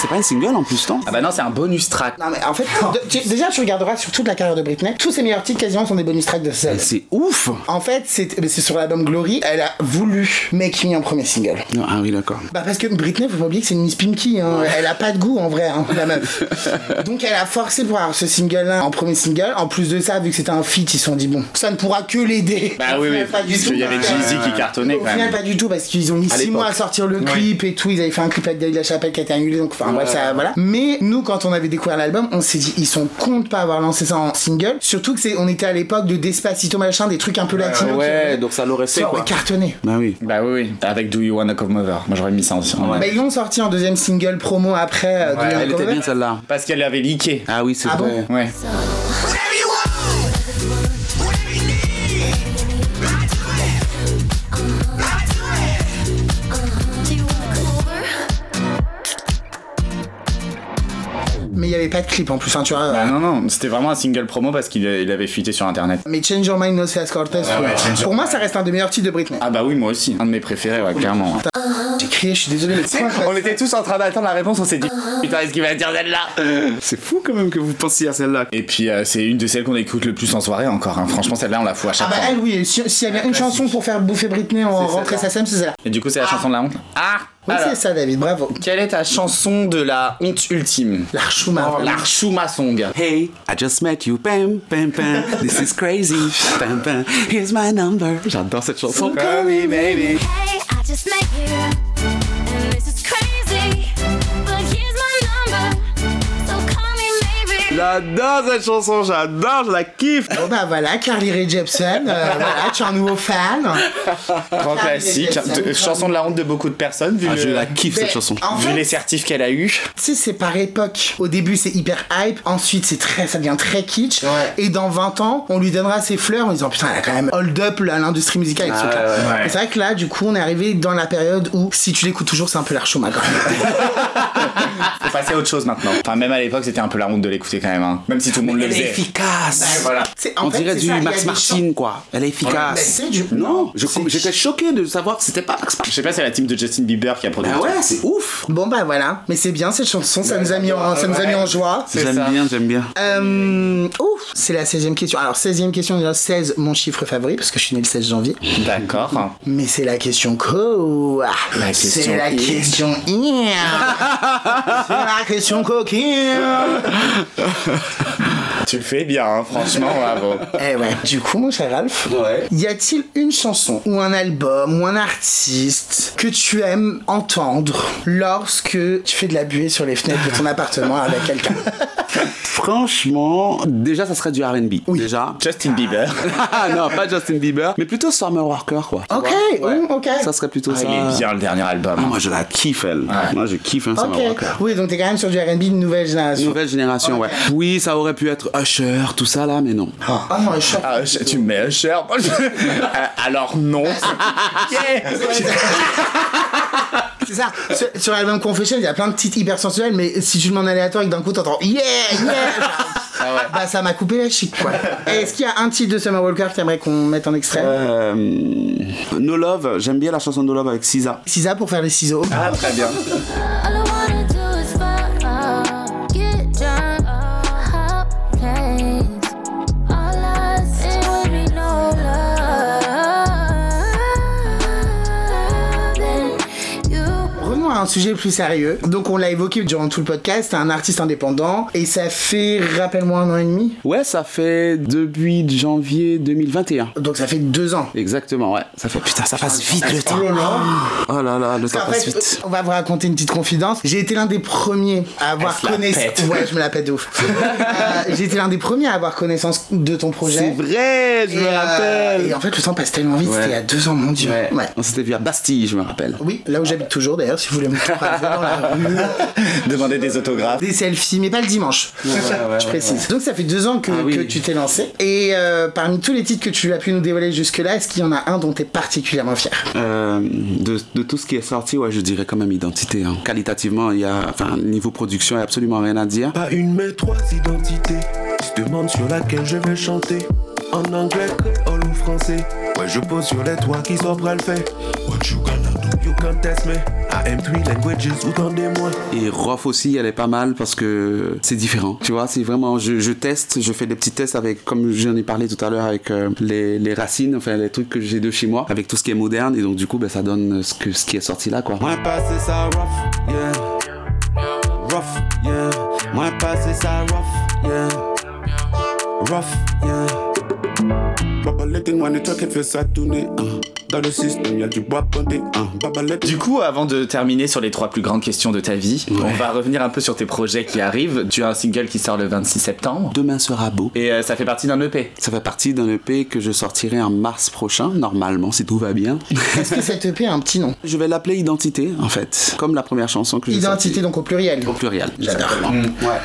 Speaker 3: C'est pas un single en plus, tant
Speaker 2: Ah bah non, c'est un bonus track.
Speaker 1: Non, mais en fait, de- tu- déjà, tu regarderas sur toute la carrière de Britney. Tous ses meilleurs titres quasiment sont des bonus tracks de celle.
Speaker 3: C'est ouf
Speaker 1: En fait, c'est mais c'est sur l'album Glory, elle a voulu Make Me en premier single.
Speaker 3: Non, Ah oui, d'accord.
Speaker 1: Bah parce que Britney, faut pas oublier que c'est une Miss Pinky, hein. elle a pas de goût en vrai, hein, la meuf. Donc elle a forcé pour avoir ce single-là en premier single. En plus de ça, vu que c'était un feat, ils se sont dit bon, ça ne pourra que l'aider.
Speaker 2: Bah oui,
Speaker 1: Au
Speaker 2: oui,
Speaker 1: final, pas du
Speaker 2: parce
Speaker 1: tout.
Speaker 2: qu'il y avait Jay-Z qui cartonnait
Speaker 1: Au
Speaker 2: quand
Speaker 1: final,
Speaker 2: même.
Speaker 1: pas du tout, parce qu'ils ont mis 6
Speaker 2: l'époque.
Speaker 1: mois à sortir le clip et tout. Ils avaient fait un clip avec David Lachapelle qui a été annulé, donc enfin, bref, ça, voilà. Mais nous, quand on avait découvert l'album, on s'est dit, ils sont contre pas avoir lancé ça en single. Surtout que c'est, on était à l'époque de Despacito machin, des trucs un peu latinos. qui revenaient.
Speaker 3: donc ça l'aurait
Speaker 1: Ça aurait cartonné.
Speaker 3: Bah oui.
Speaker 2: Bah oui, oui. Avec Do You Wanna Come Over. Moi j'aurais mis ça en en-
Speaker 1: Bah, ils l'ont sorti en deuxième single promo après. euh, de Young
Speaker 3: Elle était
Speaker 1: Cover.
Speaker 3: bien celle-là.
Speaker 2: Parce qu'elle avait leaké.
Speaker 3: Ah oui, c'est
Speaker 1: Ah
Speaker 3: vrai.
Speaker 1: bon
Speaker 2: Ouais.
Speaker 5: Whatever you want, whatever you need, I do it. I do it.
Speaker 1: Mais il n'y avait pas de clip en plus, hein, tu vois.
Speaker 2: Bah non, non, c'était vraiment un single promo parce qu'il euh, il avait fuité sur internet.
Speaker 1: euh, Mais Change Your Mind, No Seas Cortez.
Speaker 2: ouais,
Speaker 1: pour-
Speaker 2: Change Your
Speaker 1: pour moi, ça reste un des meilleurs titres de Britney.
Speaker 2: Ah bah oui, moi aussi. Un de mes préférés, ouais, clairement.
Speaker 1: J'ai crié, je suis désolé, mais
Speaker 2: Tu sais,
Speaker 1: pourquoi je
Speaker 2: on
Speaker 1: reste-
Speaker 2: était tous en train d'attendre la réponse, on s'est dit
Speaker 1: Ah.
Speaker 2: putain, est-ce qu'il va dire celle-là
Speaker 3: C'est fou quand même que vous pensiez à celle-là.
Speaker 2: Et puis euh, c'est une de celles qu'on écoute le plus en soirée encore. hein. Franchement, celle-là on la fout à chaque
Speaker 1: Ah bah
Speaker 2: fois.
Speaker 1: elle, oui, si- s'il y avait une chanson pour faire bouffer Britney en rentrée sa sème, c'est celle-là.
Speaker 2: Et du coup, c'est la chanson de la honte. Ah
Speaker 1: Oui,
Speaker 2: Alors,
Speaker 1: c'est ça, David, bravo.
Speaker 2: Quelle est ta chanson de la honte ultime
Speaker 1: L'archouma.
Speaker 2: Oh, L'Archuma Song.
Speaker 3: Hey, I just met you, pam, pam, pam. This is crazy, pam, pam. Here's my number. J'adore cette chanson.
Speaker 7: Hey, I just met you, and this is crazy. But here's my number, so call me maybe.
Speaker 3: J'adore cette chanson, j'adore, je la kiffe.
Speaker 1: Bon bah voilà, Carly Rae Jepsen, euh, voilà, tu es un nouveau fan.
Speaker 2: Grand
Speaker 1: Ah,
Speaker 2: classique.
Speaker 1: mais c'est-
Speaker 2: Euh, Chanson de la honte de beaucoup de personnes, vu,
Speaker 3: Ah, je
Speaker 2: le-
Speaker 3: la kiffe
Speaker 1: Mais
Speaker 3: cette chanson.
Speaker 1: Ben, En
Speaker 2: vu les
Speaker 1: fait,
Speaker 2: certifs qu'elle a eu.
Speaker 1: tu sais, c'est par époque. Au début, c'est hyper hype, ensuite, c'est très, ça devient très kitsch. Et dans 20 ans, on lui donnera ses fleurs en disant putain, elle a quand même hold up là, l'industrie musicale avec ce truc-là. Et C'est vrai que là, du coup, on est arrivé dans la période où, si tu l'écoutes toujours, c'est un peu l'archouma quand même.
Speaker 2: Faut passer à autre chose maintenant. Enfin, même à l'époque, c'était un peu la honte de l'écouter quand même. hein. Même si tout le monde le
Speaker 3: Elle est
Speaker 2: faisait.
Speaker 3: efficace.
Speaker 2: Voilà.
Speaker 1: C'est- ben, en
Speaker 3: On
Speaker 1: fait,
Speaker 3: dirait
Speaker 1: c'est
Speaker 3: du
Speaker 1: ça, il y a
Speaker 3: Max
Speaker 1: des chants-
Speaker 3: Martin, quoi. Elle est
Speaker 1: Mais
Speaker 3: efficace.
Speaker 1: c'est du.
Speaker 3: Non, je-
Speaker 1: c'est-
Speaker 3: j'étais choqué de savoir que c'était pas Max Martin.
Speaker 2: Je sais pas, c'est la team de Justin Bieber qui a produit.
Speaker 3: Ah
Speaker 1: Ben
Speaker 2: le truc.
Speaker 3: ouais, c'est ouf.
Speaker 1: Bon bah voilà, mais c'est bien cette chanson, ça nous a mis en, ça nous a mis en joie.
Speaker 2: ça.
Speaker 3: J'aime bien, j'aime bien.
Speaker 1: Euh, ouf, c'est la 16 e question. Alors 16 e question, déjà 16, mon chiffre favori, parce que je suis né le 16 janvier.
Speaker 2: D'accord.
Speaker 1: Mais c'est la question quoi
Speaker 2: La
Speaker 1: C'est
Speaker 2: question
Speaker 1: la
Speaker 2: I.
Speaker 1: question I. C'est la question coquine.
Speaker 2: Tu le fais bien, hein, franchement, bravo.
Speaker 1: Eh ouais. Du coup, mon cher Ralph,
Speaker 3: Ouais.
Speaker 1: y a-t-il une chanson ou un album ou un artiste que tu aimes entendre lorsque tu fais de la buée sur les fenêtres de ton appartement avec quelqu'un
Speaker 3: Franchement, déjà, ça serait du RB. Déjà.
Speaker 2: Justin Bieber.
Speaker 3: non, pas Justin Bieber, mais plutôt Summer Walker, quoi.
Speaker 1: Ok, mm, ok.
Speaker 3: Ça serait plutôt
Speaker 2: Ah,
Speaker 3: ça.
Speaker 2: il est bien le dernier
Speaker 3: Ah,
Speaker 2: album.
Speaker 3: moi, je la kiffe, elle. Moi, je kiffe, hein, Summer
Speaker 1: Ok.
Speaker 3: Walker.
Speaker 1: Oui, donc t'es quand même sur du R&B de nouvelle génération.
Speaker 3: Nouvelle génération, ouais. Oui, ça aurait pu être Usher, tout ça là, mais non.
Speaker 1: Ah non, je suis
Speaker 2: Ah, Usher, tu me mets Usher Euh, Alors non.
Speaker 1: C'est ça. Sur, sur l'album Confession, il y a plein de titres hyper sensuels, mais si tu le mets en aléatoire et que d'un coup t'entends Yeah, yeah,
Speaker 2: Ah
Speaker 1: bah ça m'a coupé la chic quoi. Est-ce qu'il y a un titre de Summer Walker que t'aimerais qu'on mette en extrait
Speaker 3: Euh, no Love, j'aime bien la chanson No Love avec SZA.
Speaker 1: Cisa pour faire les ciseaux.
Speaker 2: Ah, très bien.
Speaker 7: All I wanna do is fuck up, get drunk, hop planes. All I see would be no love. Then you
Speaker 1: Revenons à un sujet plus sérieux. Donc on l'a évoqué durant tout le podcast, un artiste indépendant et ça fait rappelle-moi un an et demi.
Speaker 3: Ouais, ça fait depuis janvier 2021.
Speaker 1: Donc ça fait deux ans.
Speaker 3: Exactement, ouais. Ça fait putain, ça passe
Speaker 2: Ah,
Speaker 3: vite le temps.
Speaker 1: Oh là là.
Speaker 3: Oh là là, le temps
Speaker 1: En
Speaker 3: passe
Speaker 1: fait,
Speaker 3: vite.
Speaker 1: on va vous raconter une petite confidence. J'ai été l'un des premiers à avoir
Speaker 2: Elle se la
Speaker 1: connaissance.
Speaker 2: pète.
Speaker 1: Ouais, je me la pète de ouf. Euh, J'ai été l'un des premiers à avoir connaissance de ton projet.
Speaker 3: C'est vrai,
Speaker 1: euh, Et,
Speaker 3: je me
Speaker 1: euh,
Speaker 3: rappelle.
Speaker 1: Et en fait, le temps passe tellement vite,
Speaker 3: Ouais.
Speaker 1: c'était il y a deux ans, mon dieu.
Speaker 3: Ouais.
Speaker 1: Ouais.
Speaker 3: On s'était vu à Bastille, je me rappelle.
Speaker 1: Oui, là où j'habite toujours d'ailleurs, si vous voulez me croiser dans la rue.
Speaker 2: Demander des autographes.
Speaker 1: Des selfies, mais pas le dimanche. je précise. Donc ça fait deux ans que,
Speaker 3: Ah oui.
Speaker 1: que tu t'es lancé. Et euh, parmi tous les titres que tu as pu nous dévoiler jusque-là, est-ce qu'il y en a un dont tu es particulièrement fier
Speaker 3: Euh, de, de tout ce qui est sorti, ouais, je dirais quand même identité. hein. Qualitativement, il y a, enfin, niveau production, il n'y a absolument rien à dire.
Speaker 8: Pas une mais trois identités. Se demande sur laquelle je vais chanter. En anglais, créole ou français. Ouais, je pose sur les toits qui sont le fait. What you gonna do? You can't test me. I am three languages, entendez-moi.
Speaker 3: Et Rof aussi, elle est pas mal parce que c'est différent. Tu vois, c'est vraiment, je, je teste, je fais des petits tests avec, comme j'en ai parlé tout à l'heure, avec euh, les, les racines, enfin les trucs que j'ai de chez moi, avec tout ce qui est moderne. Et donc, du coup, ben, ça donne ce, que, ce qui est sorti là, quoi.
Speaker 8: Moi passé ça rough, yeah. Rough, yeah. Moi passé ça rough, yeah. Rough, yeah. Babalette, moi ne toi qui fais ça tourner. hein. Dans le système, y'a du bois ponté. hein. Babalette,
Speaker 2: Du coup, avant de terminer sur les trois plus grandes questions de ta vie, on va revenir un peu sur tes projets qui arrivent. Tu as un single qui sort le 26 septembre.
Speaker 3: Demain sera beau.
Speaker 2: Et euh, ça fait partie d'un EP.
Speaker 3: Ça fait partie d'un EP que je sortirai en mars prochain, normalement, si tout va bien.
Speaker 1: Est-ce que cette EP a un petit nom
Speaker 3: je vais l'appeler Identité, en fait, comme la première chanson que j'ai
Speaker 1: Identité,
Speaker 3: sortie.
Speaker 1: donc au pluriel.
Speaker 3: Au pluriel.
Speaker 1: J'adore.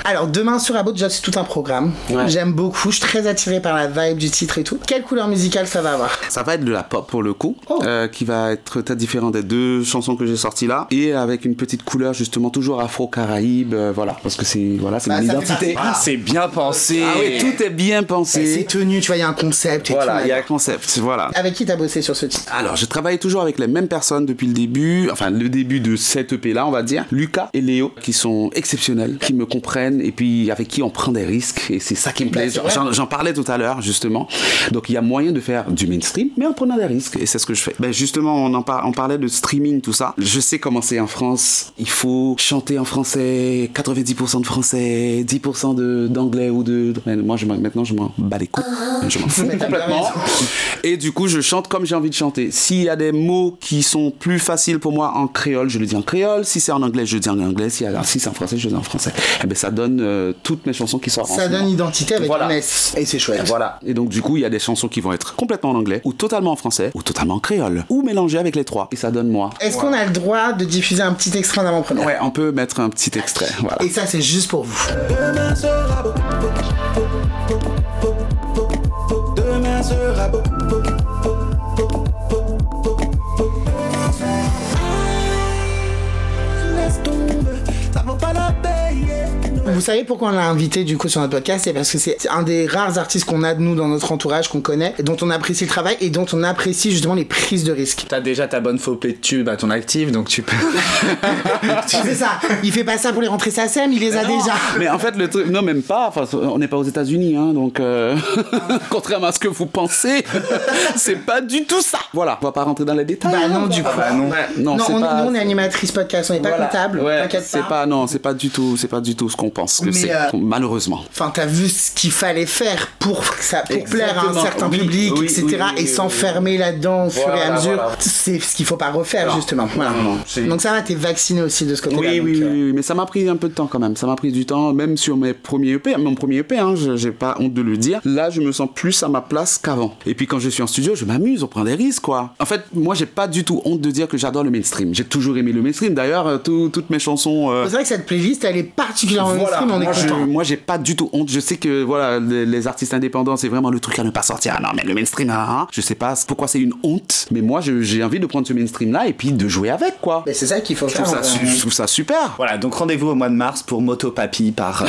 Speaker 1: Alors, demain sur Abo, déjà, c'est tout un programme.
Speaker 3: Ouais.
Speaker 1: J'aime beaucoup, je suis très attiré par la vibe du titre et tout. Quelle couleur musicale ça va avoir
Speaker 3: Ça va être de la pop pour le coup,
Speaker 1: Oh.
Speaker 3: euh, qui va être très différent des deux chansons que j'ai sorties là, et avec une petite couleur justement toujours afro-caraïbe, euh, voilà, parce que c'est voilà, c'est
Speaker 1: Bah,
Speaker 3: mon
Speaker 1: ça fait
Speaker 3: identité.
Speaker 2: Ah, c'est bien pensé.
Speaker 3: Ah oui, tout est bien
Speaker 1: C'est
Speaker 3: pensé.
Speaker 1: tenu, tu vois, il y a un concept et
Speaker 3: Voilà,
Speaker 1: tout.
Speaker 3: il y a un concept, voilà.
Speaker 1: Avec qui t'as bossé sur ce titre
Speaker 3: Alors, je travaille toujours avec les mêmes personnes depuis le début, enfin le début de cette EP là, on va dire. Lucas et Léo, qui sont exceptionnels, qui me comprennent et puis avec qui on prend des risques et Bah, c'est ça qui me plaît.
Speaker 1: c'est vrai.
Speaker 3: J'en- J'en parlais tout à l'heure justement. Donc il y a moyen de faire du mainstream, mais en prenant des risques et c'est ce que je fais. Ben justement, on en par- on parlait de streaming, tout ça. Je sais comment c'est en France. Il faut chanter en français, 90% de français, 10% de- d'anglais ou de. Mais moi, je m'en- maintenant, je m'en bats les couilles.
Speaker 1: Uh-huh.
Speaker 3: Je m'en fous
Speaker 1: Mais t'as bien
Speaker 3: complètement.
Speaker 1: raison.
Speaker 3: Et du coup, je chante comme j'ai envie de chanter. S'il y a des mots qui sont plus faciles pour moi en créole, je le dis en créole. Si c'est en anglais, je le dis en anglais. Si, alors, si c'est en français, je le dis en français. Et ben, ça donne euh, toutes mes chansons qui sortent. en
Speaker 1: Ça
Speaker 3: ce
Speaker 1: donne
Speaker 3: moment.
Speaker 1: identité avec
Speaker 3: Voilà.
Speaker 1: une S. Et c'est chouette.
Speaker 3: Voilà. Et donc, du coup, il y a des chansons qui vont être complètement en anglais, ou totalement en français, ou totalement en créole, ou mélangées avec les trois. Et ça donne moi.
Speaker 1: Est-ce qu'on a le droit de diffuser un petit extrait en avant-première
Speaker 3: Ouais, on peut mettre un petit extrait. Voilà.
Speaker 1: Et ça, c'est juste pour vous.
Speaker 8: Demain sera beau. beau, beau, beau, beau, beau, beau. Demain sera beau. beau, beau, beau, beau, beau, beau. Ah, Laisse tomber, ça vaut pas la payer.
Speaker 1: Vous savez pourquoi on l'a invité du coup sur notre podcast C'est parce que c'est un des rares artistes qu'on a de nous dans notre entourage, qu'on connaît, dont on apprécie le travail et dont on apprécie justement les prises de risques.
Speaker 2: T'as déjà ta bonne faux de tube à ton actif, donc tu peux.
Speaker 1: c'est ça. Il fait pas ça pour les rentrer sa sème, il les a déjà.
Speaker 3: Ah, Mais en fait, le truc, non, même pas. Enfin, on n'est pas aux États-Unis, hein, donc euh, contrairement à ce que vous pensez, c'est pas du tout ça. Voilà, on va pas rentrer dans les détails.
Speaker 1: Bah
Speaker 3: hein.
Speaker 1: non, du coup.
Speaker 2: non.
Speaker 3: non,
Speaker 1: Non,
Speaker 3: c'est
Speaker 1: on,
Speaker 3: pas.
Speaker 1: nous, on est animatrice podcast, on n'est pas
Speaker 3: Voilà.
Speaker 1: comptable.
Speaker 3: Ouais,
Speaker 1: t'inquiète
Speaker 3: c'est pas. non, c'est pas du tout, c'est pas du tout ce qu'on pense. pense que
Speaker 1: Mais,
Speaker 3: c'est
Speaker 1: euh,
Speaker 3: malheureusement.
Speaker 1: Enfin, t'as vu ce qu'il fallait faire pour, que ça, pour plaire à un
Speaker 2: Exactement.
Speaker 1: certain
Speaker 2: Oui,
Speaker 1: public,
Speaker 2: oui,
Speaker 1: etc.
Speaker 2: oui, oui,
Speaker 1: et
Speaker 2: oui,
Speaker 1: s'enfermer là-dedans au fur et à
Speaker 9: Voilà,
Speaker 1: mesure.
Speaker 9: voilà.
Speaker 1: C'est ce qu'il faut pas refaire, justement. Voilà.
Speaker 2: non, c'est-
Speaker 1: Donc ça va, t'es vacciné aussi de ce côté-là.
Speaker 3: Oui,
Speaker 1: donc,
Speaker 3: oui,
Speaker 1: euh,
Speaker 3: oui, oui, mais ça m'a pris un peu de temps quand même. Ça m'a pris du temps, même sur mes premiers EP, mon premier EP, hein, je- j'ai pas honte de le dire. Là, je me sens plus à ma place qu'avant. Et puis quand je suis en studio, je m'amuse, on prend des risques, quoi. En fait, moi, j'ai pas du tout honte de dire que j'adore le mainstream. J'ai toujours aimé le mainstream. D'ailleurs, euh, tout- toutes mes chansons. euh,
Speaker 1: C'est vrai que cette playlist, elle est particulièrement
Speaker 2: Voilà,
Speaker 1: mainstream, on est
Speaker 2: moi,
Speaker 3: je-
Speaker 1: content.
Speaker 3: moi, j'ai pas du tout honte. Je sais que voilà, les, les artistes indépendants, c'est vraiment le truc à ne pas sortir. Ah non, mais le mainstream, ah, ah, je sais pas pourquoi c'est une honte. Mais moi, je- j'ai envie de prendre ce mainstream là et puis de jouer avec, quoi.
Speaker 1: Mais c'est ça euh, qu'il faut
Speaker 3: Je
Speaker 1: faire.
Speaker 3: trouve ça
Speaker 1: en
Speaker 3: su-
Speaker 1: vrai.
Speaker 3: je trouve ça super.
Speaker 2: Voilà, donc rendez-vous au mois de mars pour Motopapy par. euh,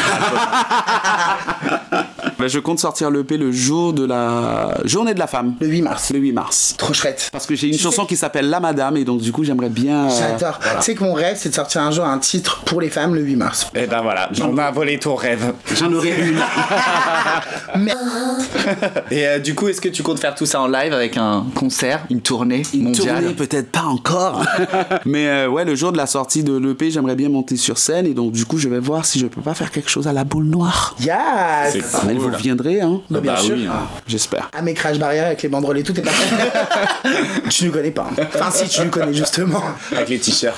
Speaker 3: Ben, je compte sortir l'EP le jour de la journée de la femme.
Speaker 1: Le 8 mars.
Speaker 3: Le 8 mars.
Speaker 1: Trop chouette.
Speaker 3: Parce que j'ai une
Speaker 1: Tu
Speaker 3: chanson
Speaker 1: sais-
Speaker 3: qui s'appelle La Madame et donc du coup j'aimerais bien. euh,
Speaker 1: J'adore. Tu sais que mon rêve, c'est de sortir un jour un titre pour les femmes le 8 mars.
Speaker 2: Et ben voilà, on a volé ton rêve.
Speaker 3: J'en aurais une.
Speaker 2: Et euh, du coup, est-ce que tu comptes faire tout ça en live avec un concert, une tournée mondiale
Speaker 3: Tournée peut-être pas encore. Mais euh, ouais, le jour de la sortie de l'EP, j'aimerais bien monter sur scène et donc du coup je vais voir si je peux pas faire quelque chose à la boule noire.
Speaker 1: Yes
Speaker 2: C'est-
Speaker 3: Mais vous viendrez, hein.
Speaker 1: Bah, bien
Speaker 2: Bah
Speaker 1: sûr.
Speaker 2: oui, hein.
Speaker 3: J'espère.
Speaker 1: À mes crash barrières avec les banderoles et tout, t'es pas Tu nous connais pas. hein. Enfin, si, tu nous connais justement.
Speaker 2: Avec les t-shirts.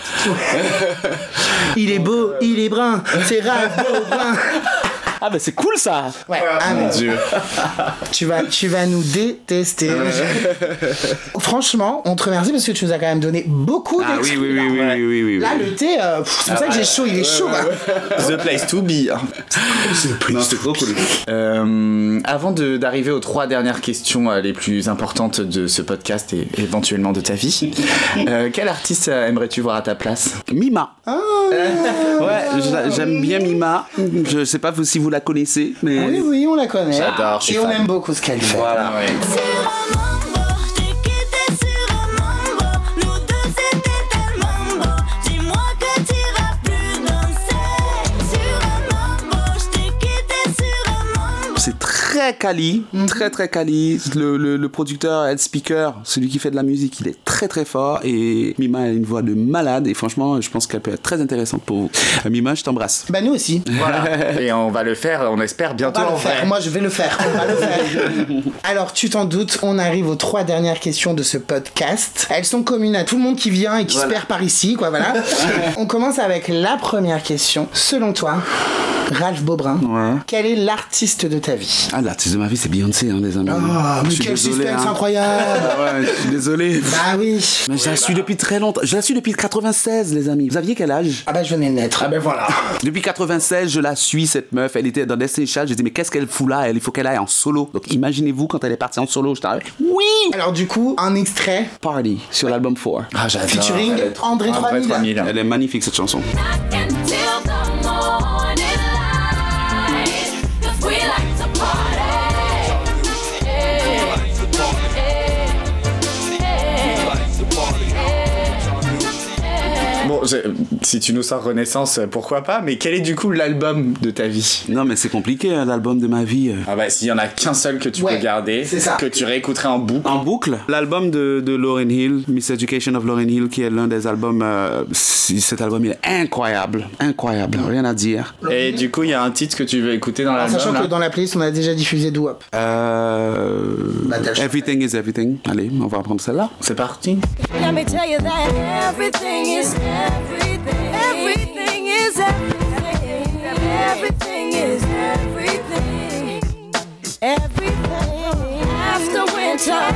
Speaker 1: Il est beau, il est brun, c'est rare, beau, brun.
Speaker 3: Ah ben c'est cool ça.
Speaker 1: Ouais, ah, mais
Speaker 2: Dieu.
Speaker 1: tu vas, tu vas nous détester. Franchement, on te remercie parce que tu nous as quand même donné beaucoup
Speaker 3: Ah oui
Speaker 1: d'excuses.
Speaker 3: oui oui oui oui oui. oui.
Speaker 1: Là, le thé, euh, pff,
Speaker 2: Ah,
Speaker 1: c'est pour ça que j'ai chaud, il est chaud. là.
Speaker 2: The place to be. hein.
Speaker 3: Non, c'est trop cool.
Speaker 2: Euh, avant de- d'arriver aux trois dernières questions euh, les plus importantes de ce podcast et éventuellement de ta vie, euh, quel artiste euh, aimerais-tu voir à ta place
Speaker 3: Mima.
Speaker 1: Ah.
Speaker 3: ouais, je- j'aime bien Mima. Je sais pas vous- si vous la connaissez, mais
Speaker 1: Ah Oui, oui, on la connaît.
Speaker 2: J'adore, je suis
Speaker 1: Et on
Speaker 2: fan.
Speaker 1: aime beaucoup ce qu'elle fait.
Speaker 2: Voilà, ouais.
Speaker 7: J'ai quitté sur un mambo, nous deux c'était tellement beau. Dis-moi que t'iras plus danser sur un mambo. J'ai quitté sur un mambo.
Speaker 3: C'est très quali,
Speaker 1: Mhm.
Speaker 3: très très quali. Le, le- le producteur, head speaker, celui qui fait de la musique, il est très très fort. Et Mima a une voix de malade. Et franchement, je pense qu'elle peut être très intéressante pour vous. Euh, Mima, je t'embrasse.
Speaker 1: Bah, nous aussi.
Speaker 2: Voilà. Et on va le faire, on espère bientôt
Speaker 1: On va
Speaker 2: en
Speaker 1: le
Speaker 2: vrai.
Speaker 1: faire. Moi, je vais le faire. On va le faire. Alors, tu t'en doutes, on arrive aux trois dernières questions de ce podcast. Elles sont communes à tout le monde qui vient et qui se perd par ici, quoi, voilà. on commence avec la première question. Selon toi, Ralph Beaubrin, quel est l'artiste de ta vie
Speaker 3: Ah, l'artiste de ma vie, c'est Beyoncé, hein, les amis.
Speaker 1: Ah,
Speaker 3: Je
Speaker 1: mais
Speaker 3: suis
Speaker 1: quel
Speaker 3: désolé,
Speaker 1: suspense
Speaker 3: hein.
Speaker 1: incroyable
Speaker 3: Ah ouais, je suis désolé.
Speaker 1: Bah oui
Speaker 3: Mais je la suis depuis très longtemps. Je la suis depuis 96, les amis. Vous aviez quel âge
Speaker 1: Ah bah je venais de naître. Ah bah voilà.
Speaker 3: Depuis 96, je la suis, cette meuf. Elle était dans Destiny's Child. Je dis, mais qu'est-ce qu'elle fout là Elle, il faut qu'elle aille en solo. Donc imaginez-vous quand elle est partie en solo. Je t'arrive. Oui
Speaker 1: Alors du coup, un extrait
Speaker 3: Party sur l'album 4.
Speaker 2: Ah, j'adore.
Speaker 1: featuring André
Speaker 2: Un vrai
Speaker 1: 3000.
Speaker 2: 3000.
Speaker 3: Elle est magnifique cette chanson.
Speaker 4: Knock until the morning light. 'Cause we like to party. Hey, hey, hey.
Speaker 2: Bon, je- si tu nous sors Renaissance, euh, pourquoi pas, mais quel est du coup l'album de ta vie
Speaker 3: Non mais c'est compliqué hein, l'album de ma vie. euh.
Speaker 2: Ah bah, s'il y en a qu'un seul que tu
Speaker 1: Ouais,
Speaker 2: peux garder,
Speaker 1: c'est ça.
Speaker 2: que tu réécouteras en boucle.
Speaker 3: En boucle, l'album de, de Lauren Hill, Miss Education of Lauren Hill, qui est l'un des albums. euh, si- cet album il est incroyable, incroyable, rien à dire.
Speaker 2: Et du coup, il y a un titre que tu veux écouter dans l'album.
Speaker 1: Ah, Sachant
Speaker 2: là
Speaker 1: que dans la playlist, on a déjà diffusé Do Wop.
Speaker 3: Euh,
Speaker 1: Battle Shock.
Speaker 3: everything is everything. Allez, on va prendre celle-là.
Speaker 2: C'est parti.
Speaker 4: Let me tell you that everything is everything. Everything is everything. Everything is everything. Everything. After winter.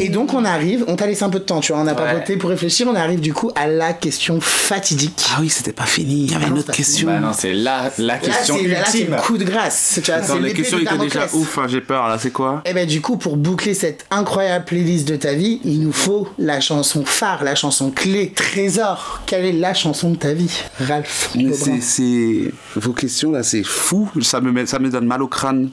Speaker 1: Et donc on arrive, on t'a laissé un peu de temps, tu vois, on n'a pas
Speaker 2: Ouais.
Speaker 1: voté pour réfléchir, on arrive du coup à la question fatidique.
Speaker 3: Ah oui, c'était pas fini. Il y avait une autre question.
Speaker 2: Bah non, c'est la, la
Speaker 1: Là,
Speaker 2: question
Speaker 1: c'est- là, c'est
Speaker 2: ultime.
Speaker 1: le coup de grâce. Tu vois,
Speaker 3: Attends,
Speaker 1: c'est
Speaker 3: les
Speaker 1: l'épée
Speaker 3: questions
Speaker 1: de
Speaker 3: étaient déjà
Speaker 1: Damoclès.
Speaker 3: ouf. hein, J'ai peur là. C'est quoi
Speaker 1: Et ben du coup, pour boucler cette incroyable playlist de ta vie, il nous faut la chanson phare, la chanson clé, trésor. Quelle est la chanson de ta vie, Ralph
Speaker 3: Mais
Speaker 1: Beaubrin
Speaker 3: c'est, c'est- vos questions là, c'est fou. Ça me met- ça me donne mal au crâne.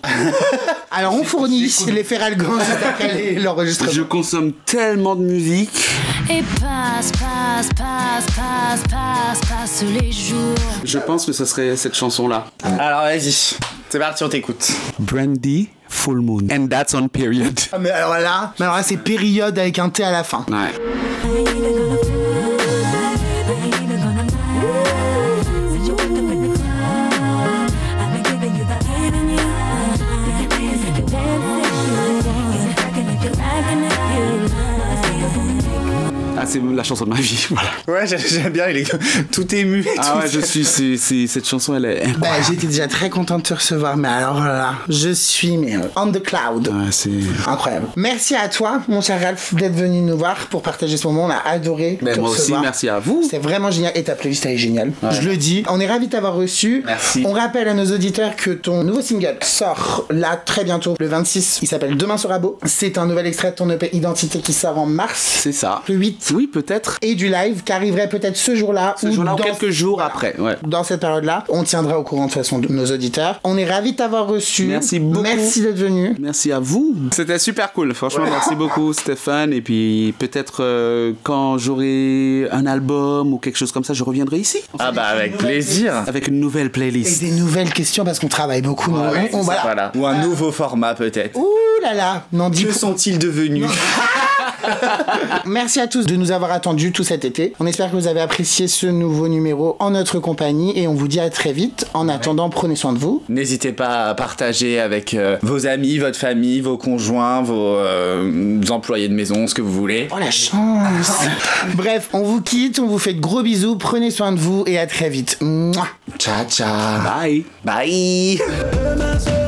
Speaker 1: Alors on fournit les Feralgan juste après les- l'enregistrement.
Speaker 3: Je consomme tellement de musique.
Speaker 7: Et passe, passe, passe, passe, passe, passe les jours.
Speaker 3: Je pense que ce serait cette chanson là.
Speaker 2: Alors vas-y, c'est parti, on t'écoute.
Speaker 3: Brandy Full Moon. And that's on period.
Speaker 1: Ah, mais alors là, mais alors là, c'est période avec un T à la fin.
Speaker 3: Ouais.
Speaker 7: I ain't even gonna lie. Said you wake up in the club.
Speaker 3: Ah, c'est la chanson de ma vie. Voilà.
Speaker 2: Ouais, j'ai- j'aime bien, il est tout ému. et
Speaker 3: Ah
Speaker 2: tout.
Speaker 3: ouais, je suis. c'est- c'est- cette chanson, elle est. incroyable.
Speaker 1: Bah, j'étais déjà très contente de te recevoir, mais alors là, je suis mais euh, on the cloud.
Speaker 3: Ouais, c'est.
Speaker 1: Incroyable. Merci à toi, mon cher Ralph, d'être venu nous voir pour partager ce moment. On a adoré.
Speaker 3: Ben,
Speaker 1: te
Speaker 3: moi aussi,
Speaker 1: recevoir.
Speaker 3: merci à vous.
Speaker 1: C'est vraiment génial et ta playlist elle est géniale. Je le dis, on est ravis de t'avoir reçu.
Speaker 2: Merci.
Speaker 1: On rappelle à nos auditeurs que ton nouveau single sort là très bientôt, le 26. Il s'appelle Demain sera beau. C'est un nouvel extrait de ton EP Identité qui sort en mars,
Speaker 3: C'est ça.
Speaker 1: le 8.
Speaker 3: Oui, peut-être.
Speaker 1: Et du live qui arriverait peut-être ce jour-là
Speaker 3: Ce jour-là, ou
Speaker 1: dans-
Speaker 3: quelques jours après. Ouais.
Speaker 1: dans cette période-là. On tiendra au courant de toute façon de nos auditeurs. On est ravis de t'avoir reçu.
Speaker 3: Merci beaucoup.
Speaker 1: Merci d'être venu.
Speaker 3: Merci à vous. C'était super cool. Franchement, merci beaucoup, Stéphane. Et puis, peut-être euh, quand j'aurai un album ou quelque chose comme ça, je reviendrai ici.
Speaker 2: Ah bah avec plaisir.
Speaker 3: Avec une nouvelle
Speaker 1: Et
Speaker 3: playlist.
Speaker 1: des nouvelles questions parce qu'on travaille beaucoup. nous. hein. on, on- voilà.
Speaker 2: Ou un nouveau format peut-être.
Speaker 1: Ouh là là, n'en dis
Speaker 2: Que sont-ils devenus
Speaker 1: Ah, Merci à tous de nous avoir attendus tout cet été. On espère que vous avez apprécié ce nouveau numéro en notre compagnie et on vous dit à très vite. En attendant, prenez soin de vous.
Speaker 2: N'hésitez pas à partager avec euh, vos amis, votre famille, vos conjoints, vos euh, employés de maison, ce que vous voulez.
Speaker 1: Oh la chance Bref, on vous quitte, on vous fait de gros bisous, prenez soin de vous et à très vite. Mouah.
Speaker 2: Ciao, ciao.
Speaker 3: Bye.
Speaker 2: Bye.
Speaker 8: Demain sera